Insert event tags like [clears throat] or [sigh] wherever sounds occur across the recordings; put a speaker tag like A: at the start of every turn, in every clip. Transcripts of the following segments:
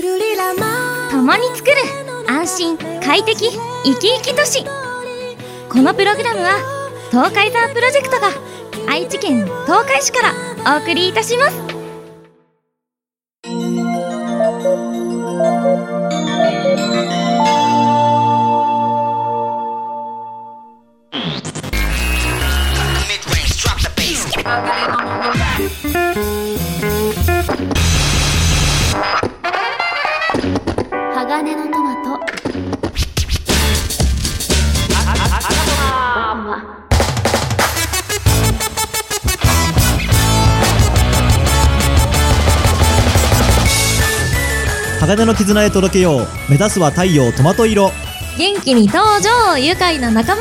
A: 共に作る安心快適生き生き都市このプログラムは東海山プロジェクトが愛知県東海市からお送りいたします鋼のトマト
B: 鋼の絆へ届けよう目指すは太陽トマト色
A: 元気に登場愉快な仲間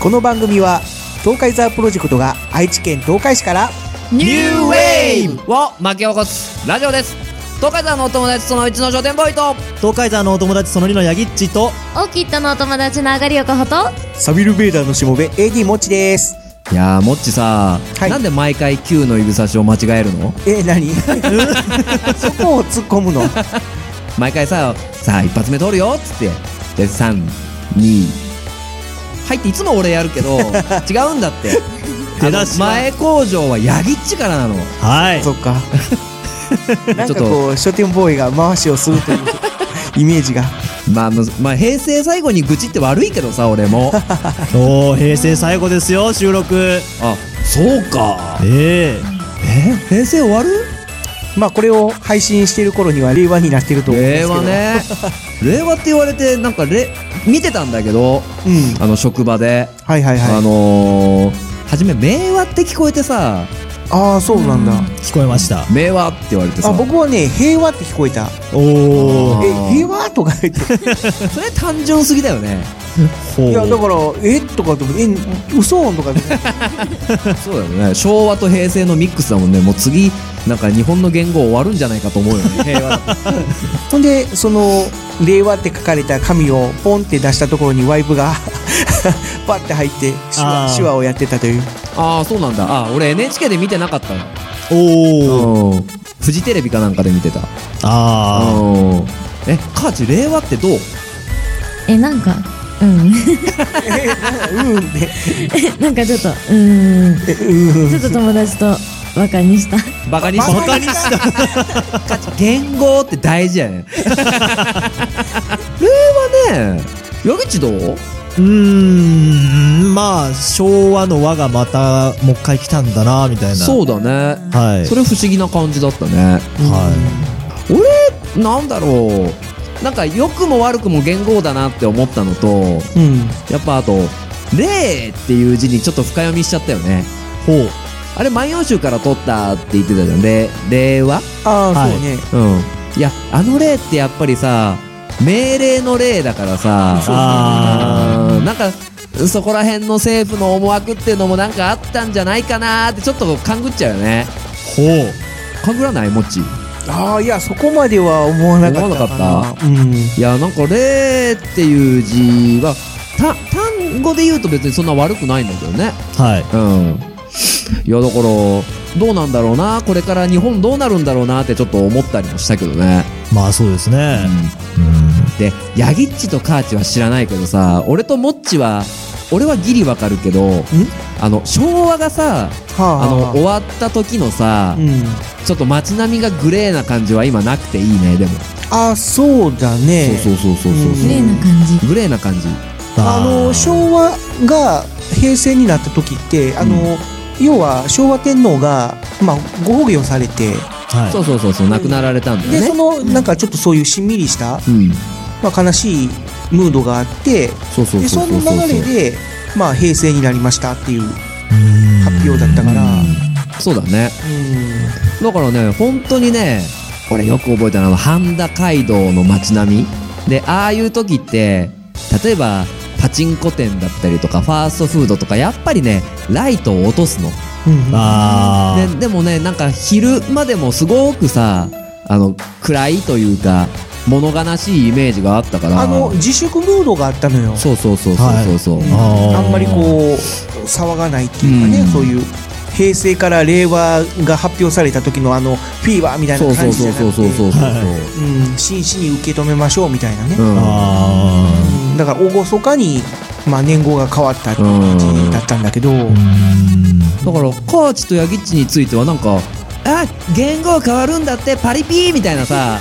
C: この番組は東海ザープロジェクトが愛知県東海市から
B: ニューウェイブ
D: を巻き起こすラジオです東海山のお友達その一の書店ボーイと
B: 東海山のお友達その2のヤギッチと
A: オーキッドのお友達のあがりよこほと
C: サビルベーダーのしもべ AD もっちです
D: いやーもっちさ、
C: はい
D: なんで毎回 Q の指差しを間違えるの
C: え [laughs] 何そこを突っ込むの
D: 毎回ささあ一発目通るよっつってで32はいっていつも俺やるけ [laughs] ど違うんだって
B: 出
D: あ
B: だ
D: の
B: しは
D: 前工場はヤギっちからなの
B: はい
C: そっかなん
D: ち
C: か
D: ょっと
C: こう書店ボーイが回しをするというイメージが
D: まあむずまあ平成最後に愚痴って悪いけどさ俺 [laughs] も
B: おー平成最後ですよ収録
D: あそうか
B: ええ
D: え平成終わる
C: まあこれを配信している頃には令和になってると思うんですけ
D: 令
C: ど [laughs]
D: 和ね令和って言われてなんかれ見てたんだけど
C: うん
D: あの職場で、
C: はいはい
D: あ
C: はい
D: のー、初め令和って聞こえてさ
C: ああそうなんだ
B: 聞こえました
D: 令和って言われてさ
C: あ僕はね平和って聞こえた
B: お
D: あ
B: お
D: ー
C: え平和とか言って
D: それ単純すぎだよ
C: [laughs]
D: ね
B: ほ
C: いやだ
B: う
C: からえとかと思ってえ嘘とかで
D: そうだよね昭和と平成のミックスだもんねもう次なんか日本の言語終わるんじゃないかと思うよ
C: [laughs]
D: ね平和だと
C: ほんでその「令和」って書かれた紙をポンって出したところにワイプが [laughs] パッて入って手
B: あ
C: 話
B: ー
C: 手話をやってたという
D: ああそうなんだあー俺 NHK で見てなかったの
B: おお
D: うんフジテレビかなんかで見てた
B: あ
D: うんえカーチ令和ってどう
A: えなんかうん [laughs]
C: うんで
A: なんかちょっと
B: [laughs]
A: うんちょっと友達とバカにした
D: バカに
B: あ
D: し
B: バカにした
D: 言語って大事や [laughs] ねん令和ね矢口どう
B: うーんまあ昭和の和がまたもう一回来たんだなみたいな
D: そうだね、
B: はい
D: それ不思議な感じだったね
B: は
D: 俺なんだろうなんか良くも悪くも言語だなって思ったのと
C: うん
D: やっぱあと「霊」っていう字にちょっと深読みしちゃったよね
B: いほう
D: あれ「万葉集」から取ったって言ってたじゃん「霊」霊は
C: ああ、
B: はい
C: そうね
D: うんいやあの「霊」ってやっぱりさ命令の「霊」だからさ
B: あ
D: うんなんかそこら辺の政府の思惑っていうのもなんかあったんじゃないかなーってちょっと勘ぐっちゃうよね
B: ーほう
D: 勘ぐらないもっち
C: ああいやそこまでは思わなかった
D: 思わなか
C: ったうん
D: いやなんか「霊」っていう字はた単語で言うと別にそんな悪くないんだけどね
B: はい
D: うんいやだからどうなんだろうなこれから日本どうなるんだろうなってちょっと思ったりもしたけどね、
B: まあそうですねうん
D: でヤギッチとカーチは知らないけどさ俺とモッチは俺はギリわかるけどあの昭和がさ
C: はあ
D: あの
C: は
D: 終わった時のさ
C: あ、うん
D: ちょっと街並みがグレーな感じは今なくていいねでも、
C: ああそうだね
D: そうそうそうそうそう、
C: うん
A: 感じ
D: グレーな感じ
C: あの昭和が平成になった時ってあの、要は昭和天皇が、まあ、ご崩御されて
B: はい
D: そうそうそうそう亡くなられたんだよね
C: でそのなんかちょっとそういうしんみりした、
D: うん
C: まあ、悲しいムードがあって
D: そうそう
C: で
D: そ
C: そう
D: そう
C: の流れで、まあ、平成になりましたっていう発表だったから
D: そうだね
C: う
D: だからね本当にね俺よく覚えたのは半田街道の街並みでああいう時って例えばパチンコ店だったりとかファーストフードとかやっぱりねライトを落とすの
C: んうん
B: あ
D: ででもねなんか昼までもすごくさあの暗いというか物悲しいイメージがあったから
C: あの自粛ムードがあったのよ
D: そうそうそうそうそうそう、
C: うん
B: あー
C: あんまりこう騒がないっていうかね、
D: うん
C: そういう平成から令和が発表された時のあのフィーバーみたい
D: そう
C: な
D: そ
C: 感
D: う
C: じじ
D: そ
C: ゃ
D: う
C: な
D: そう
C: くて
D: そうそうそう、
B: は
C: うん真摯に受け止めましょうみたいなね、
B: あ
C: だから厳かに、まあ、年号が変わったっていう感じだったんだけど、
B: ーうん
D: だからカーチとヤギッチについてはなんかあ言語変わるんだってパリピーみたいな [laughs] さ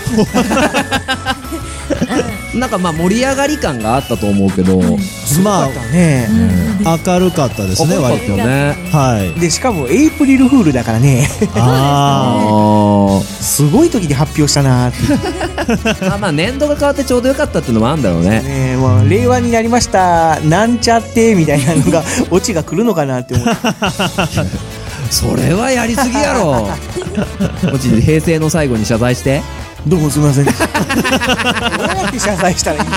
D: なんかまあ盛り上がり感があったと思うけど、
B: ま
C: だったね、
B: あ明るかったですね
D: わかっ
B: 割
D: た
B: と
D: よね
B: はい
C: でしかもエイプリルフールだからね [laughs]
B: ああ
D: あ
C: すごい時に発表したなーっていう
D: ーあまあ年度が変わってちょうどよかったっていうのもあるんだろうね
C: ね、まあ、令和になりましたなんちゃってみたいなのがオチが来るのかなって思って
D: それはやりすぎや [laughs] ろもち平成の最後に謝罪して
C: どうもすみませんどうやって謝罪したらいいの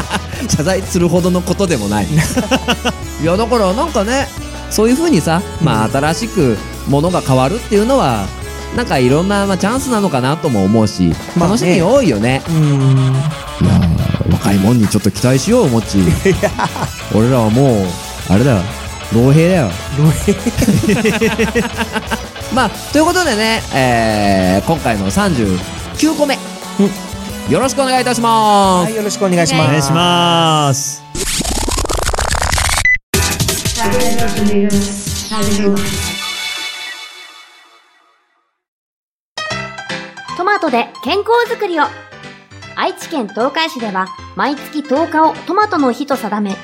D: 謝罪するほどのこと
C: [laughs]
D: でもないいやだからなんかねそういうふうにさ、まあ、新しくものが変わるっていうのはなんかいろんな、まあ、チャンスなのかなとも思うし、
C: まあね
D: 楽しみ多いよね
C: うん
D: いやー若いもんにちょっと期待しようもっ
C: [laughs]
D: ち俺らはもうあれだよ老兵だよ [laughs] まあということでね、えー今回の39個目よろしくお願いいたします、
C: はいよろしくお願いし
B: お
C: ます
B: 願いします
A: トマトで健康づくりを愛知県東海市では毎月10日をトマトの日と定め、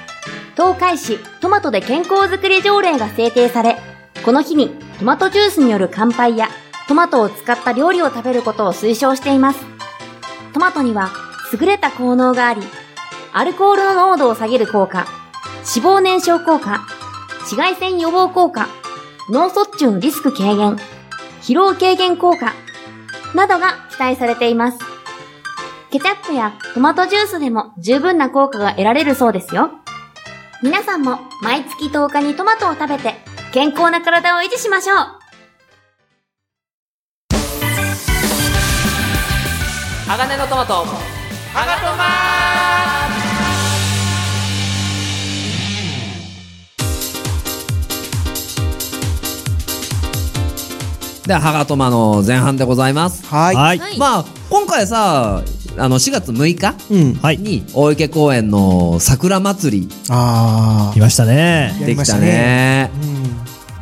A: 東海市トマトで健康づくり条例が制定され、この日にトマトジュースによる乾杯やトマトを使った料理を食べることを推奨しています。トマトには優れた効能があり、アルコールの濃度を下げる効果、脂肪燃焼効果、紫外線予防効果、脳卒中のリスク軽減、疲労軽減効果、などが期待されています。ケチャップやトマトジュースでも十分な効果が得られるそうですよ。皆さんも毎月10日にトマトを食べて健康な体を維持しましょう
E: 鋼のトマト鋼トマ
D: ではハガトマの前半でございます
C: はい
B: はい
F: はい
D: まあ今回さあの4月6日
C: うん
B: はい
D: に大池公園の桜祭り
C: あ
B: 来ましたね
C: や
D: で
C: りま
D: き
C: したた
D: ね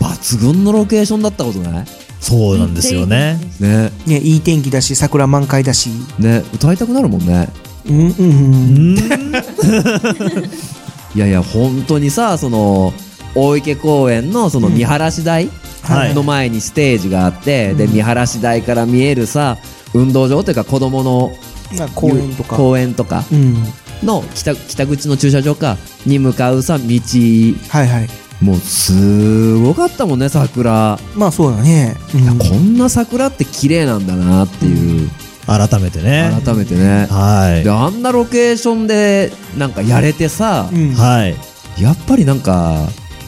C: あうん
D: 抜群のロケーションだったことない
B: そうなんですよね
D: ね
C: ねいい天気だし桜満開だし
D: ね歌いたくなるもんね
C: うんうん
B: う
C: うん
B: ん
D: いやいや本当にさその大池公園のその見晴らし台
B: はい
D: の前にステージがあって、で見晴らし台から見えるさ運動場というか子供の
C: まあ公園とか
D: 公園とか
C: うん
D: の北北口の駐車場かに向かうさ道
C: はいはい
D: もうすごかったもんね桜、
C: まあそうだね、うん
D: こんな桜って綺麗なんだなっていう、
B: 改めてね
D: 改めてね、
B: はい
D: であんなロケーションでなんかやれてさ、
C: うん
B: はい
D: やっぱりなんか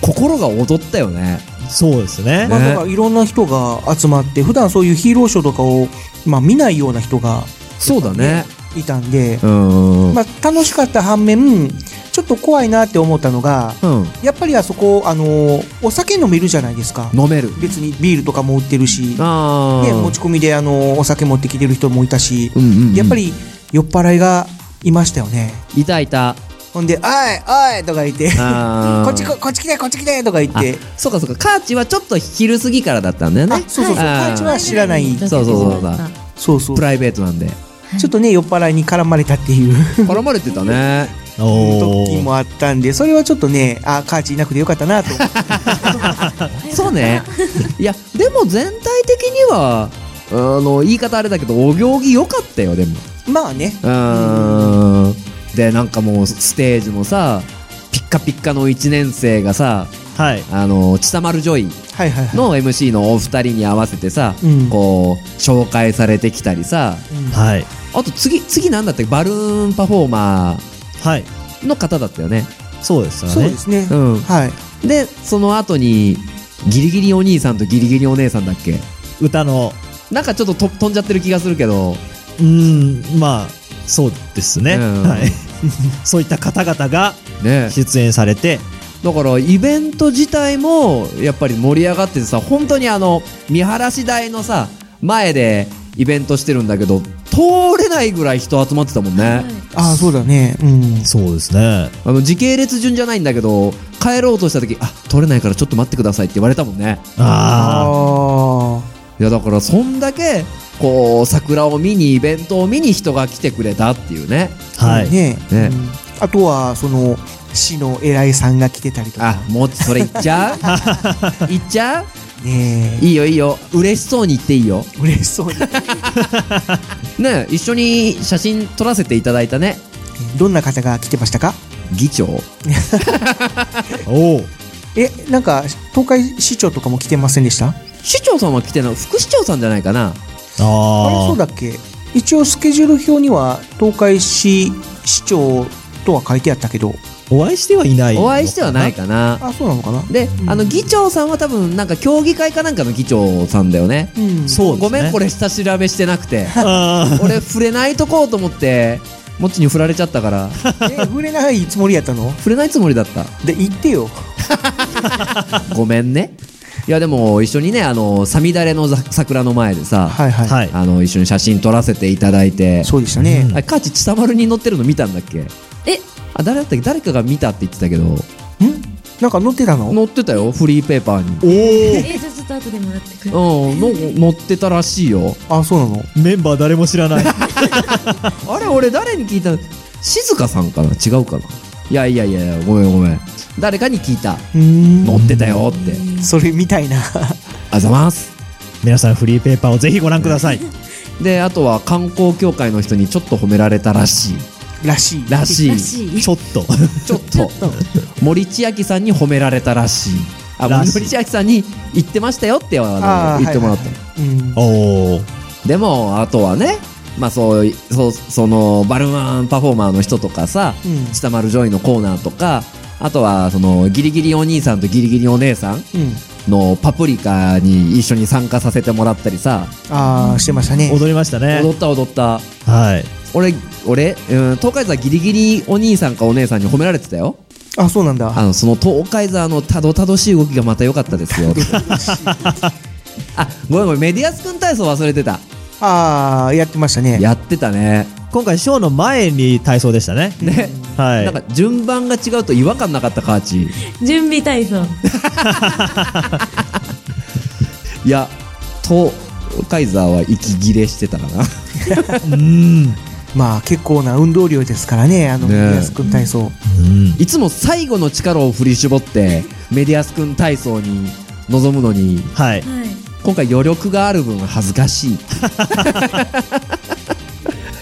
D: 心が躍ったよね
B: そうですね
C: まあ、だからいろんな人が集まって普段そういうヒーローショーとかを、まあ、見ないような人が
D: そうだね
C: いたんで、
D: うんうん
C: まあ、楽しかった反面ちょっと怖いなって思ったのが
D: うん
C: やっぱりあそこ、あのお酒飲めるじゃないですか
D: 飲める
C: 別にビールとかも売ってるし、ね、
D: ああ
C: 持ち込みで、あのお酒持ってきてる人もいたし、
D: うんうんうん
C: やっぱり酔っ払いがいましたよね
D: いたいた
C: ほんで「おいおい!」とか言って「
D: あ
C: [laughs]
D: ー
C: こっちここっち来てこっち来て!」とか言っ
D: あ
C: て
D: そうかそうかカーチはちょっと昼過ぎからだったんだよ
C: あ
D: ね
C: そうそうそう
D: あー
C: こっちは知らない
D: そうそうそうそう
C: そうそう
D: プライベートな
C: [laughs]
D: んで
C: ちょっとね酔っ払いに絡まれたっていう
D: 絡まれてたね
B: お
C: 時
B: ー
C: もあったんでそれはちょっとねあカーチいなくてよかったなと
D: そ
C: [laughs]
D: うねいやでも全体的にはあの言い方あれだけどお行儀良かったよでも
C: まあね
D: うーんでなんかもうステージもさピッカピッカの1年生がさ
B: はい
D: あの千丸ジョイ
C: はいはいはい
D: の MC のお二人に合わせてさ、
C: うん
D: こう紹介されてきたりさ
B: はい
D: あと次次なんだったっけバルーンパフォーマ
B: はい
D: ーの方だったよね
B: そうですよ
C: そう
B: ね
C: ですね、
D: うん
C: はい
D: でその後にギリギリお兄さんとギリギリお姉さんだっけ
B: 歌の
D: なんかちょっとと飛んじゃってる気がするけど
B: うーんまあそうですね [laughs]
D: うん
B: はいそういった方々が
D: ね
B: 出演されて
D: だからイベント自体もやっぱり盛り上がっててさ本当にあの見晴らし台のさ前でイベントしてるんだけど通れないぐらい人集まってたもんね、
C: ああそうだねうん
B: そうですね。
D: あの時系列順じゃないんだけど帰ろうとした時あ通れないからちょっと待ってくださいって言われたもんね
B: ああ。
C: あ
D: いやだからそんだけこう桜を見にイベントを見に人が来てくれたっていうね
C: あ
B: はい。
C: ね
D: ね
C: うんあとはその市の偉いさんが来てたりとか
D: あもうそれ言っちゃう言っちゃう
C: ねえ
D: いいよいいよ嬉しそうに言っていいよ
C: 嬉しそうに
D: ね一緒に写真撮らせていただいたね
C: どんな方が来てましたか
D: 議長
B: おお。
C: えなんか東海市長とかも来てませんでしたあれ
D: 市長さんは来てない副市長さんじゃないかな
B: ああ。
C: そうだっけ一応スケジュール表には東海市市長とは書いてあったけど
B: お会いしてはいない。
D: お会いしてはない。かな
C: あそうなのかな
D: であの議長さんは多分なんか協議会かなんかの議長さんだよね
C: うん
B: そうですね。
D: ごめんこれ下調べしてなくて
B: あ
D: 俺触れないとこうと思ってもっちに振られちゃったから
C: え触れないつもりやったの
D: 触れないつもりだった
C: で行ってよ
D: ごめんねいやでも一緒にねあのさみだれのざ桜の前でさ、
C: はいはい、
B: あ。はい。
D: あの一緒に写真撮らせていただいて
C: そうでしたね、
D: あれカーチちさまるに乗ってるの見たんだっけ
A: え
D: あ誰だったっけ誰かが見たって言ってたけど
C: んなんか乗ってたの
D: 乗ってたよフリーペーパーに
B: おお。
A: えじゃあちょっと後でもらってくる
D: うんの乗ってたらしいよ
C: あそうなの
B: メンバー誰も知らない。
D: あれ俺誰に聞いたの静香さんかな違うかないやいやいやごめんごめん誰かに聞いた
C: うー
D: 乗ってたよって
C: んそれみたいな [laughs]
D: あざます
B: 皆さんフリーペーパーをぜひご覧ください。
D: であとは観光協会の人にちょっと褒められたらし
C: らしい
D: いらしい
A: らしい
B: ちょっと。
D: ちょっと森千秋さんに褒められたらしいあ
B: らしい
D: 森千秋さんに言ってましたよってあ
C: あー
D: の言ってもらった、
C: はいうん
B: おお。
D: でもあとはねまあそうそうそのバルーンパフォーマーの人とかさ
C: うん
D: 「ちたまるジョイ」のコーナーとかあとはそのギリギリお兄さんとギリギリお姉さん
C: うん
D: の「パプリカ」に一緒に参加させてもらったりさ
C: ああしてましたね
B: 踊りましたね
D: 踊。った踊った
B: はい。
D: 俺俺、うん、東海座ギリギリお兄さんかお姉さんに褒められてたよ
C: あそうなんだ
D: あのその東海座のたどたどしい動きがまた良かったですよ
C: [laughs]
D: あごめんごめんメディアス君体操忘れてた
C: ああやってましたね
D: やってたね
B: 今回ショーの前に体操でしたね。
D: ね、
B: はい。
D: なんか順番が違うと違和感なかったカーチ
A: 準備体操
D: いや東海座は息切れしてたか
B: [laughs] う
D: な
B: ん。
C: まあ結構な運動量ですからねあの
D: ねえ
C: 安くん体操
B: うん。
D: いつも最後の力を振り絞ってメディアス君体操に臨むのに
B: はい。
D: 今回余力がある分恥ずかし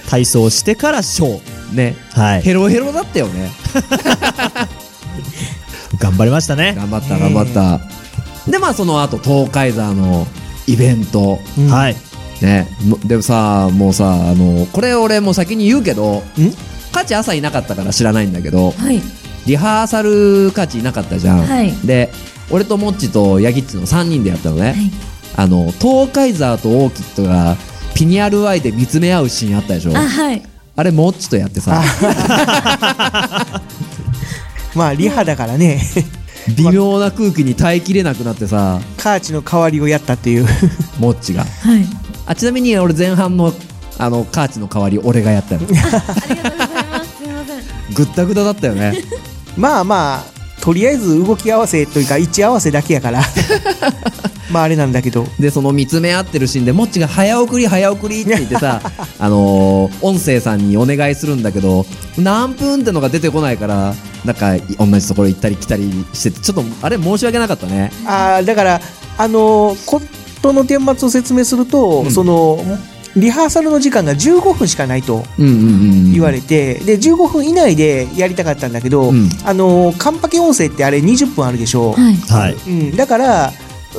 B: 体操してからショー。
D: いね
B: はい。
D: ヘロヘロだったよね
B: 頑張りましたね。
D: 頑張った頑張ったでまあその後東海座のイベント
C: うん
B: はい。
D: ねもでもさもうさあのこれ俺もう先に言うけどカチ朝いなかったから知らないんだけど
A: はい
D: リハーサルカチいなかったじゃん、
A: はい
D: で俺とモッチとヤギッチの3人でやったのね、
A: はい
D: あの東海ザーとオーキッドがピニャルアイで見つめ合うシーンあったでしょ
A: あ
D: あ
A: はい
D: れモッチとやってさ
C: まあリハだからね [laughs]
D: 微妙な空気に耐えきれなくなってさ
C: カーチの代わりをやったっていう
D: モッチが
A: はい
D: あちなみに俺前半のあのカーチの代わり俺が
A: [laughs]
D: やったの
A: ありがとうございますすいません
D: ぐったぐただったよね
C: まあまあとりあえず動き合わせというか位置合わせだけやから
D: [laughs]
C: まああれなんだけど
D: でその見つめ合ってるシーンでモッチが「早送り早送り」って言って [laughs] さあのー音声さんにお願いするんだけど何分ってのが出てこないからなんかい同じところ行ったり来たりしててちょっとあれ申し訳なかったね
C: あーだからあのー、コットの顛末を説明すると、
D: うん
C: そのリハーサルの時間が15分しかないと
D: うんうんうん
C: 言われて、で15分以内でやりたかったんだけど、
D: うん
C: あのーカンパケ音声ってあれ20分あるでしょ
A: はい
B: はい。
C: うん、だから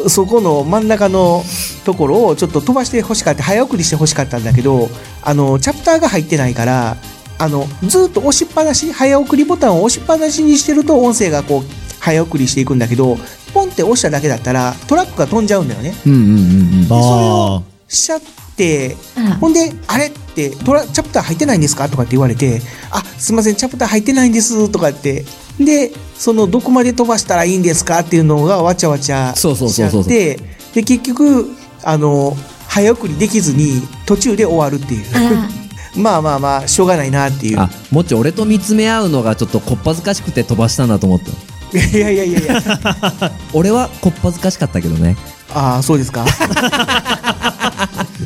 C: そこの真ん中のところをちょっと飛ばしてほしかった早送りしてほしかったんだけどあのチャプターが入ってないからあのずっと押しっぱなし早送りボタンを押しっぱなしにしてると音声がこう早送りしていくんだけどポンって押しただけだったらトラックが飛んじゃうんだよね。
D: うんうんうんうん
B: ああ。
C: しちゃって
A: あら
C: ほんで「あれ?」ってトラ「チャプター入ってないんですか?」とかって言われて「あすいませんチャプター入ってないんです」とかってでそのどこまで飛ばしたらいいんですかっていうのがわちゃわちゃしち
D: そ
C: ゃ
D: う
C: って
D: そうそうそうそう
C: で結局あの早送りできずに途中で終わるっていう
A: あら
C: まあまあまあしょうがないなっていう
D: あもっち俺と見つめ合うのがちょっとこっぱずかしくて飛ばしたんだと思っ
C: [laughs]
D: た
C: いやいやいやいや
D: 俺はこっぱずかしかったけどね
C: ああそうですか [laughs]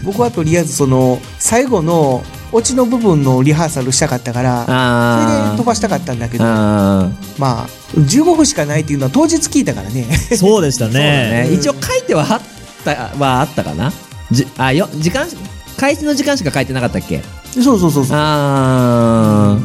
C: 僕はとりあえずその最後のオチの部分のリハーサルしたかったからそれで
D: あ
C: 飛ばしたかったんだけど
D: あ
C: まあ15分しかないっていうのは当日聞いたからね
B: そうでした
D: そうだ
B: ね。
D: ね一応書いてはあったはあったかなじあよ時間開始の時間しか書いてなかったっけ
C: そうそうそうそう
D: あ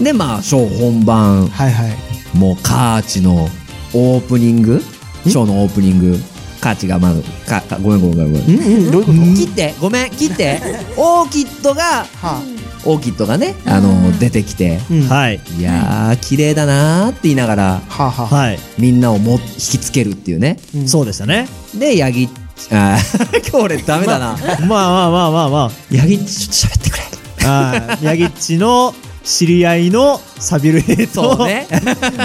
D: あでまあショー本番
C: はいはい
D: もうカーチのオープニングショーのオープニングカーチがまずかかごめんごめんごめんごめん
C: んうんどういうこと
D: 切ってごめん切ってオーキッドが
C: はあ
D: オーキッドがねあの出てきて
C: うんは
B: はい。
D: いやー綺麗だなーって言いながら
C: あはあ
B: はい。
D: みんなをも引きつけるっていうね
C: うん
B: そうでしたね。
D: でヤギあー [laughs] 今日俺ダメだな
B: まあまあまあまあま
D: ヤギちょっと喋ってくれ
B: あ。あーヤギッチの知り合いのサビルヘイ
D: そ
B: と、
D: うね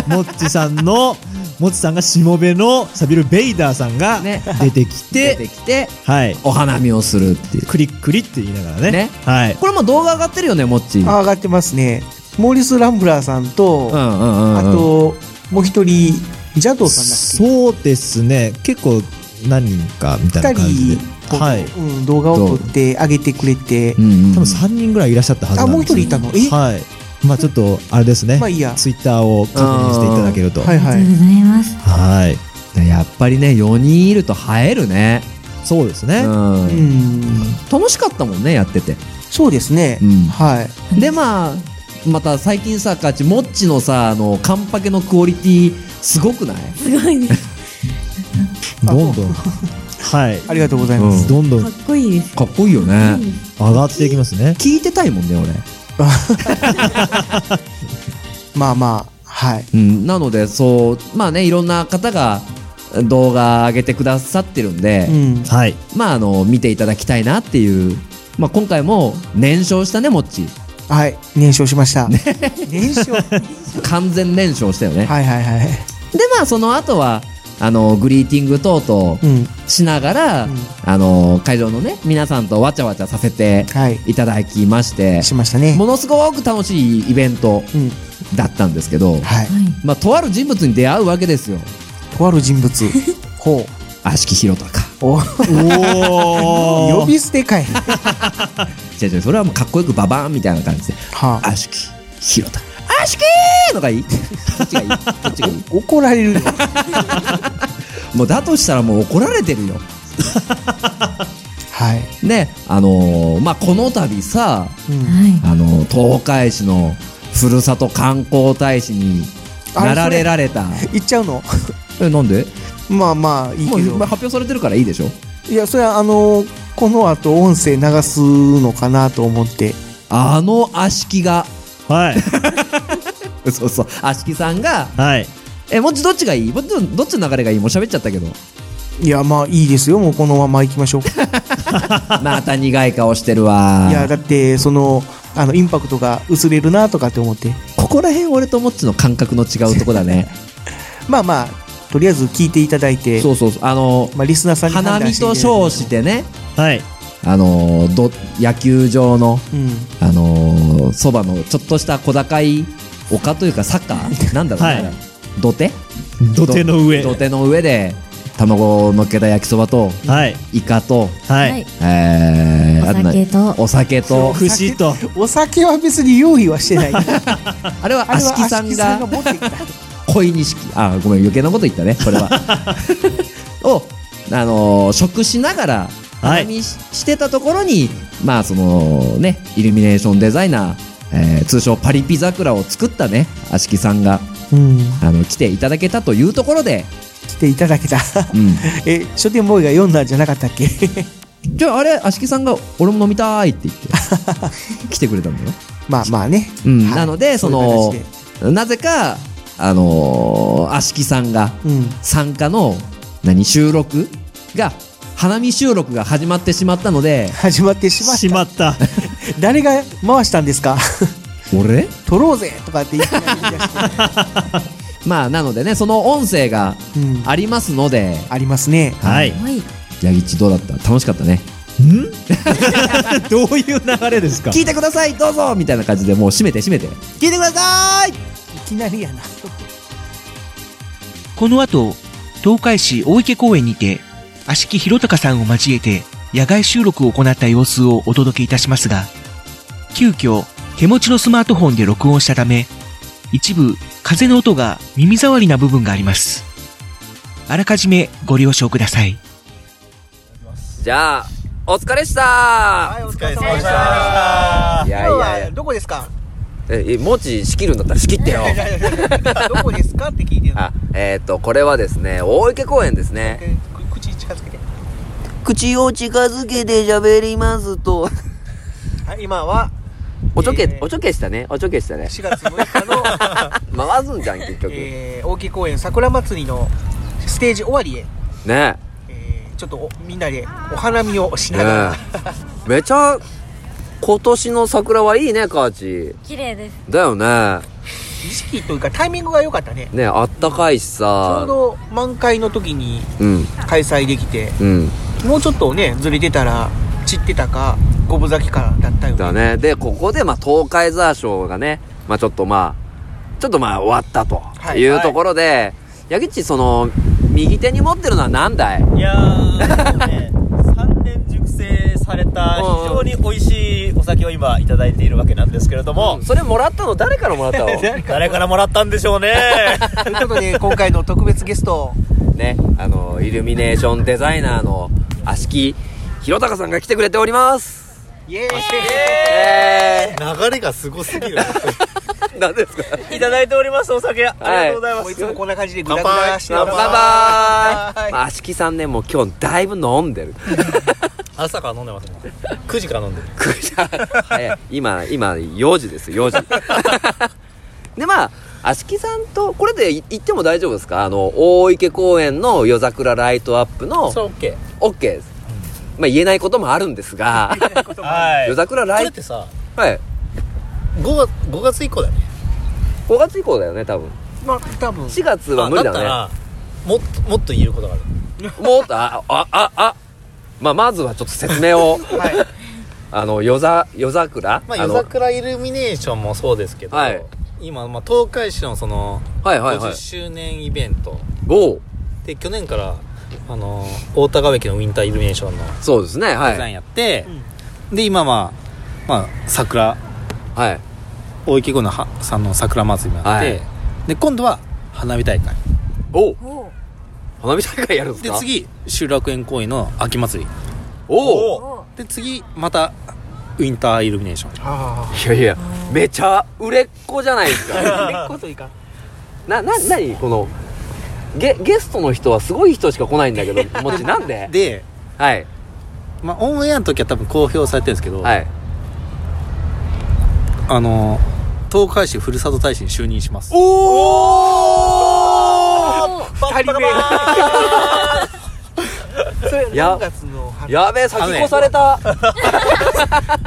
B: モッチさんの、モッチさんがしもべのサビルベイダーさんが
D: [laughs] ね
B: 出てき
D: 出
B: て、
D: てきて
B: はい。
D: お花見をするっていう
B: クリックリって言いながらね。
D: ね
B: はい。
D: これも動画上がってるよねもっちうんうん
C: あ上がってますねモーリス・ランブラーさんと、
D: うんうん
C: あともう一人ジャドーさんだっ
B: そうですね。結構何人かみたい
C: け
B: な感じ
C: 二
B: で。
C: 人、
B: はい。
C: うん、動画を撮って上げてくれて
D: うんうん
B: 多分3人ぐらいいらっしゃったはずなんですよ
C: あもう一人いたの
B: はいまあちょっとあれですね、
C: まあいいや
B: ツイッターを確認していただけると
C: はい
A: あ
C: は
A: りがとう
C: い
A: ございます
B: はい
D: やっぱりね4人いると映えるね
B: そうですね、
D: うん
C: うん
D: 楽しかったもんねやってて
C: そうですね、
D: うん
C: はい
D: でまあまた最近さカーチもっちのさあのカンパケのクオリティすごくない
G: すごい
H: [laughs]
G: ね。
B: どんどんはい
C: ありがとうございます、
D: うん
B: どんど
G: か
B: ん
G: っこいいです。
D: かっこいいよね
B: 上がっていきますね
D: 聞いてたいもんね俺
C: [laughs] まあまあはい
D: うん、なのでそうまあねいろんな方が動画上げてくださってるんで、
C: うん
B: はい
D: まああの見ていただきたいなっていう、まあ、今回も燃焼したねもっち
C: はい燃焼しました、燃焼はい
D: 完全燃焼したよね、
C: はいはい
D: でまあその後はあのグリーティング等々
C: うん
D: しながら、
C: うん
D: あの会場のね皆さんとわちゃわちゃさせて
C: はい
D: いただきまして
C: しましたね
D: ものすごく楽しいイベント
C: うん
D: だったんですけど、
C: はい
D: まあ、とある人物に出会うわけですよ
C: とある人物 [laughs] ほ
D: 悪しきヒロタか
C: うお
B: お
C: 呼び捨てかいは
D: 違う違うそれはもうかっこよくババーンみたいな感じで
C: あ
D: 悪しきヒロタ悪しきーのがいいどっちがいいどっちがいい
C: 怒られるよ
D: もうだとしたらもう怒られてるよ
C: はい、
D: ねあのーまあこの度さ
C: うん、
A: は
D: あのー東海市のふるさと観光大使に
C: あ
D: なられられた
C: 言っちゃうの
D: えなんで
C: まあまあいい
D: もう
C: け
D: ま
C: ど
D: あ発表されてるからいいでしょ
C: いやそれはあのこの後音声流すのかなと思って
D: あの悪しきが [laughs]
B: はい
D: そうそう悪しきさんが
B: はい
D: えもうどっちがいいもちろんどっちの流れがいいもう喋っちゃったけど [laughs]
C: いやまあいいですよもうこのまま行きましょうい
D: また苦い顔してるわ
C: やだってそのあのインパクトが薄れるなとかって思って
D: ここら辺俺ともっちの感覚の違うとこだね
C: まあまあとりあえず聞いていただいて
D: [laughs] そうそうそうあの
C: まあ、リスナーさんに判
D: 花
C: 断
D: 見
C: してい
D: と
C: ただ
D: 称
C: いて
D: してね
B: はい
D: あのど野球場の
C: うん
D: あのそばのちょっとした小高い丘というか坂なんだろうね、
B: はい
D: 土手
B: 土手の上
D: 土手の上で卵を乗っけた焼きそばと
B: はい
D: イカと、
B: はい、
A: い
D: えー、
A: お酒と
D: お酒と
B: 節と
C: お酒は別に用意はしてない
D: [laughs] あれは
C: あれ
D: 足
C: は
D: 利さんが
C: 持ってきた
D: 恋錦あごめん余計なこと言ったねこれ
B: [laughs]
D: はをあのー食しながら
B: はい
D: 花見し,、してたところにまあそのねイルミネーションデザイナー、えー通称パリピ桜を作ったね足木さんが
C: うん
D: あの来ていただけたというところで、
C: 来ていただけた
D: うん、
C: [laughs] え書店ボーイが読んだんじゃなかった
D: [laughs]
C: っけ
D: じゃああれ足木さんが「俺も飲みたい」って [laughs] 言って来てくれたんだよ、
C: まあまあね、
D: うん
C: はい
D: なのでそう
C: いう
D: の
C: 形で
D: なぜかあのー足木さんが
C: うん
D: 参加の何収録が花見収録が始まってしまったので
C: 始まってしまっ
B: しまった
C: 誰が回したんですか [laughs]
D: 俺
C: 取ろうぜとかって言ってない
I: まあなのでねその音声が
D: [laughs]
C: うん
I: ありますので、
C: ありますね。
G: はい。
A: はい
I: ヤギッチどうだった楽しかったね
B: [laughs]
G: どういう流れですか
I: 聞いてくださいどうぞみたいな感じでもう締めて締めて
G: 聞いてください
C: いきなりやな。
J: この後、東海市大池公園にて、足木弘隆さんを交えて、野外収録を行った様子をお届けいたしますが、急遽、手持ちのスマートフォンで録音したため、一部、風の音が耳障りな部分があります。あらかじめご了承ください。
D: じゃあ、お疲れっした
C: お疲れ様でした。
D: いやいやいや
C: どこですか。 [laughs]
D: え、えもち仕切るんだったら仕切ってよ。
C: どこですかって聞いてる
D: あ、えっ、と、これはですね、大池公園ですね。
C: 口近づけて。
D: 口を近づけて喋りますと。
C: はい、今は
D: [laughs] おちょけ、
C: えー
D: おちょけしたね。おちょ
C: [laughs]
D: けしたね。
C: 4月6日
D: [laughs]
C: の、
D: 回すんじゃん、結局。ね
C: えー、大木公園桜祭りのステージ終わりへ、
D: え。
C: えー、ちょっとおみんなでお花見をし
D: ね
C: ながら、
D: え。めちゃ、今年の桜はいいね、カーチ。
A: 綺麗です
D: だよね。
C: 時期というかタイミングが良かったね。
D: ねえ、あったかいし
C: ち
D: さ。
C: ょうど満開の時に
D: うん、
C: 開催できて、
D: うん。
C: もうちょっとね、ずれてたら散ってたか、五分咲きかだったよね。
D: だね。で、ここで、まあ、東海ザー賞がね、まあ、ちょっとまあ、ちょっとまあ、終わったと
C: はい
D: いうところで、ヤギッチ、その、右手に持ってるのは何だい
K: いやー、もうね、3年熟成された非常に美味しいお酒を今いただいているわけなんですけれども、
D: それもらったの誰からもらったの
K: 誰からもらったんでしょうね
C: ということで、今回の特別ゲスト、
D: [laughs] ね、あの、イルミネーションデザイナーの、足木弘隆さんが来てくれております。
C: イエーイ
D: え
B: [laughs] 流れがすごすぎる
D: ー、何ですか
K: [laughs] いただいておりますお酒ありがとうございま
C: もうい
K: す、
C: つもこんな感じでグダグダして
D: バ
C: ます
D: イバー
C: は
D: イ
C: い
D: まあ、足木さんね、もう今日だいぶ飲んでる。
K: 朝から飲んでますもん9時から飲んでる
D: [laughs] 早い今今4時です4時
B: [laughs]
D: でまあ足木さんとこれでい行っても大丈夫ですかあの大池公園の夜桜ライトアップの
K: それ OK
D: オッケーです、まあ、言えないこともあるんですが
K: はい
D: 夜桜
B: こ
D: ラ
B: れっ
D: イト
B: てさ
D: はい
B: 5, 月5月以降だよね
D: 5月以降だよね多分
C: まあ、多分
D: 4月は無理
B: あだった
D: だ
B: らもっともっと言うことがある
D: ねもっとああああまあまずはちょっと説明を、
C: はい
D: [laughs] あの夜ざ夜桜、
B: まあ
D: あ
B: 夜
D: の
B: 桜イルミネーションもそうですけど、
D: はい
B: 今、まあ、東海市のその
D: はいはいはい
B: 50周年イベント、
D: おう
B: で去年からあの大田川駅のウィンターイルミネーションの
D: そうですねは
B: デザイン
D: い
B: やって、で今まあ、まあ、桜
D: はい
B: 大池後のはさんの桜祭りもあって、
D: はい
B: で今度は花火大会
D: おう花火大会やるんです
B: で
D: か
B: 次集落園公園の秋祭り
D: おう
B: で次またウィンターイルミネーション
C: あ
D: いやいや、めちゃ売れっ子じゃないですか。
C: あ結
D: [laughs]
C: 構というか
D: な、な、なにこの、ゲ、ゲストの人はすごい人しか来ないんだけ [laughs] ど、もちなんで
B: で、
D: はい、
B: まあ、オンエアの時は多分公表されてるんですけど、
D: はい。
B: あの東海市ふるさと大使に就任します
D: お
C: 二人目それ
D: や
C: 何月の初
D: やべえ、先越された。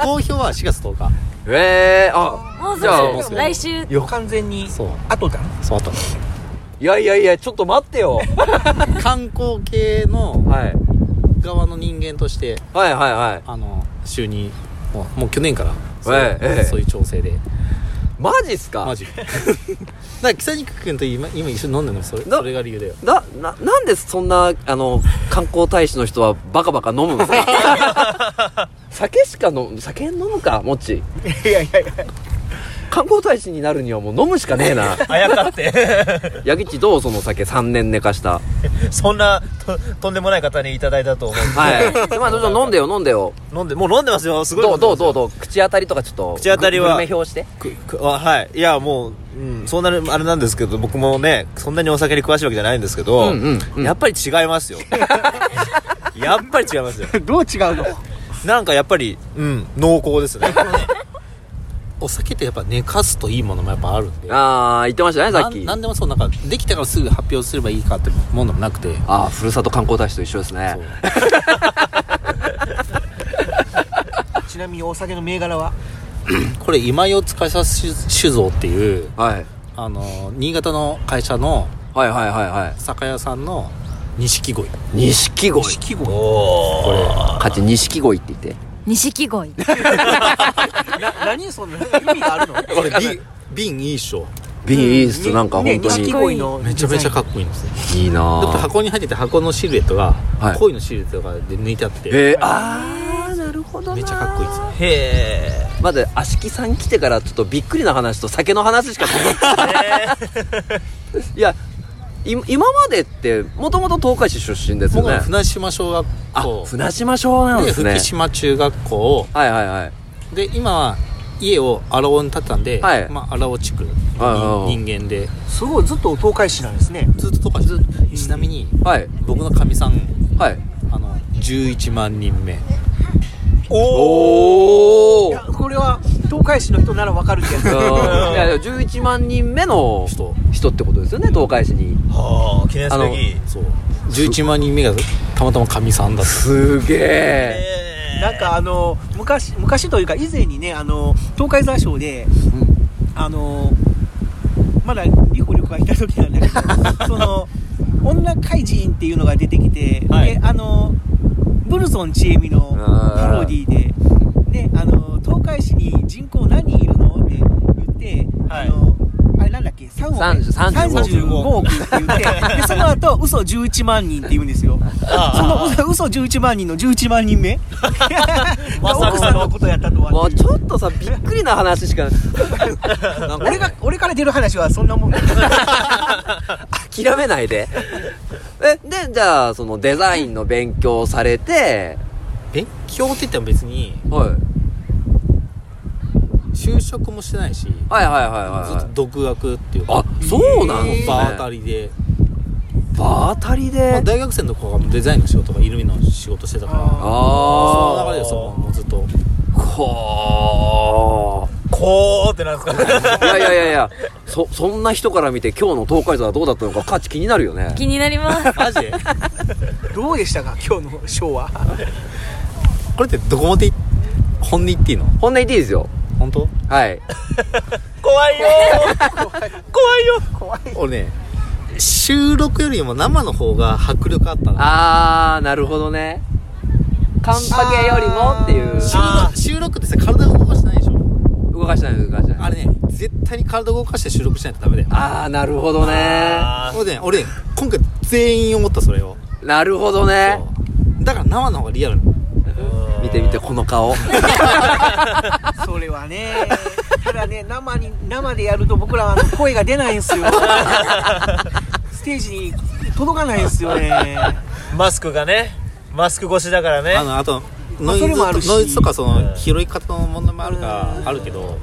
B: 公表は4月10日
D: ええー、あ、
A: もう
D: じゃあ
A: すぐ来週
D: よ、
C: 完全に
B: そう
C: 後だ
B: そうあと
D: いやいやいや、ちょっと待ってよ。
B: 観光系の
D: はい。
B: 側の人間として
D: はいはいはい。
B: あの就任もうもう去年からそう,、
D: ええええ
B: そういう調整で
D: マジっすか
B: マジ [laughs] だから北肉君と今今一緒に飲んでるのそれ
D: な
B: それが理由だよ
D: な、な、なんでそんな、あの、観光大使の人はバカバカ飲むんですか酒しか飲む、酒飲むか、もっち。
C: いやいやいや
D: 観光大使になるにはもう飲むしかねえな
K: あやかって
D: ヤギッチどうその酒3年寝かした
K: [laughs] そんなととんでもない方にいただいたと思う
D: はいまあどうぞ飲んでよ飲んでよ
K: 飲んでもう飲んでますよすごい
D: どうどうどう
K: う
D: どう口当たりとかちょっと
K: 口当たりは
D: グルメ表して
K: はいいやもう、うん、そんなにあれなんですけど僕もねそんなにお酒に詳しいわけじゃないんですけど、
D: うんうんうん
K: やっぱり違います
C: [laughs]
K: よやっぱり違いますよ
C: どう違うの
K: なんかやっぱり、うん、濃厚ですね [laughs]
B: お酒ってやっぱ寝かすといいものもやっぱあるんで
D: ああ言ってましたねさっき
B: なんなんでもそうなんかできたからすぐ発表すればいいかってもんでもなくて
D: ああふるさと観光大使と一緒ですね
C: ちなみにお酒の銘柄は
B: これ今代司酒造っていう
D: はい
B: あの新潟の会社の
D: はいはいはいはい。
B: 酒屋さんの錦鯉
D: 錦鯉。
B: 錦鯉これ
D: かち、錦鯉って言って。
A: 錦鯉。
C: 何その意味があるの
D: [laughs]
B: これ瓶瓶いいっしょ
D: ビーイーストなんか本当
C: 錦
D: に
C: 鯉の
B: めちゃめちゃか
C: っ
B: っこいいんですよ
D: いいな
B: だって
D: ぁ。
B: 箱に入ってて箱のシルエットが
D: はい
B: 鯉のシルエットがで抜いてあって
D: えー、あー、なるほどな。
B: めっちゃかっこいいですよ
C: こいいへえ
D: まだ足木さん来てからちょっとびっくりな話と酒の話しか聞い [laughs] てないいやい今までってもともと東海市出身ですよ
B: 僕は
D: ね
B: 船島小学
D: あ
B: 校
D: 船島小なん
B: で
D: ですね
B: 福島中学校
D: はいはいはい
B: で今は家を荒尾に建てたんで、
D: はい
B: まあ、荒尾地区に
D: はいはい
B: 人間です
C: ごいずっと東海市なんですね
B: ずっととかずちなみに
D: はい
B: 僕のかみさん
D: はい
B: あの11万人目
D: おお
C: いやこれは東海市の人ならわかるけど
D: いやいや11万人目の
B: 人
D: 人ってことですよね東海市に
C: はあ記念すべき
B: そう11万人目がたまたまかみさんだっ
D: すげえ
C: なんかあの昔昔というか以前にねあの東海座賞で、あのまだリコリコがいた時なんだ
B: [laughs]
C: けどその女怪人っていうのが出てきて、
B: はい
C: であのブルゾンちえみのパロディでであの東海市に人口何人いるのって言って、
B: はい
C: あのあれなんだっけ3億
D: 30 35
C: 35億って言ってでその後嘘11万人って言うんですよその嘘嘘11万人の11万人 [laughs] 目
B: まさかの
C: 奥さんのことやったと
D: も
C: は
D: うちょっとさびっくりな話 [laughs] しかなんか
C: 俺が俺から出る話はそんなもんだ
D: 諦めないでえでじゃあそのデザインの勉強をされて
B: 勉強って言っても別に
D: はい
B: 就職もしてないしず
D: はいはいはいはい
B: っ
D: は
B: と
D: い
B: 独学っていうか
D: あそうなんですね
B: バー当たりで、
D: 場当たり
B: まあ
D: で
B: 大学生の子がデザインの仕事とかイルミの仕事してたからその流
D: あ
B: れでそのもうずっと
D: あこ
C: こうってなんですか
D: ーいやいやいやいやそそんな人から見て今日の東海座はどうだったのか価値気になるよね
A: 気になります。
B: マジで
C: どうでしたか今日のショーは
B: これってどこまでい本音言っていいの
D: 本音言っていいですよ
B: 本当
D: はい
C: 怖いよ怖いよ怖い
B: 俺ね収録よりも生の方が迫力あったな
D: あーなるほどねカンパケよりもっていう
B: 収録収録ってさ体動かしてないでしょ
D: 動かしてない動かしてない
B: あれね絶対に体動かして収録しないとダメだよ
D: あーなるほどね
B: これね俺ね今回全員思ったそれを
D: なるほどね
B: そうだから生の方がリアル
D: 見て見てこの顔
C: それはねただね生に生でやると僕らはあの声が出ないんです [laughs] よステージに届かないんですよね
L: マスクがねマスク越しだからね
B: あのあとノイズ
C: それもあるし
B: ノイズとかその拾い方の問題もあるからあるけど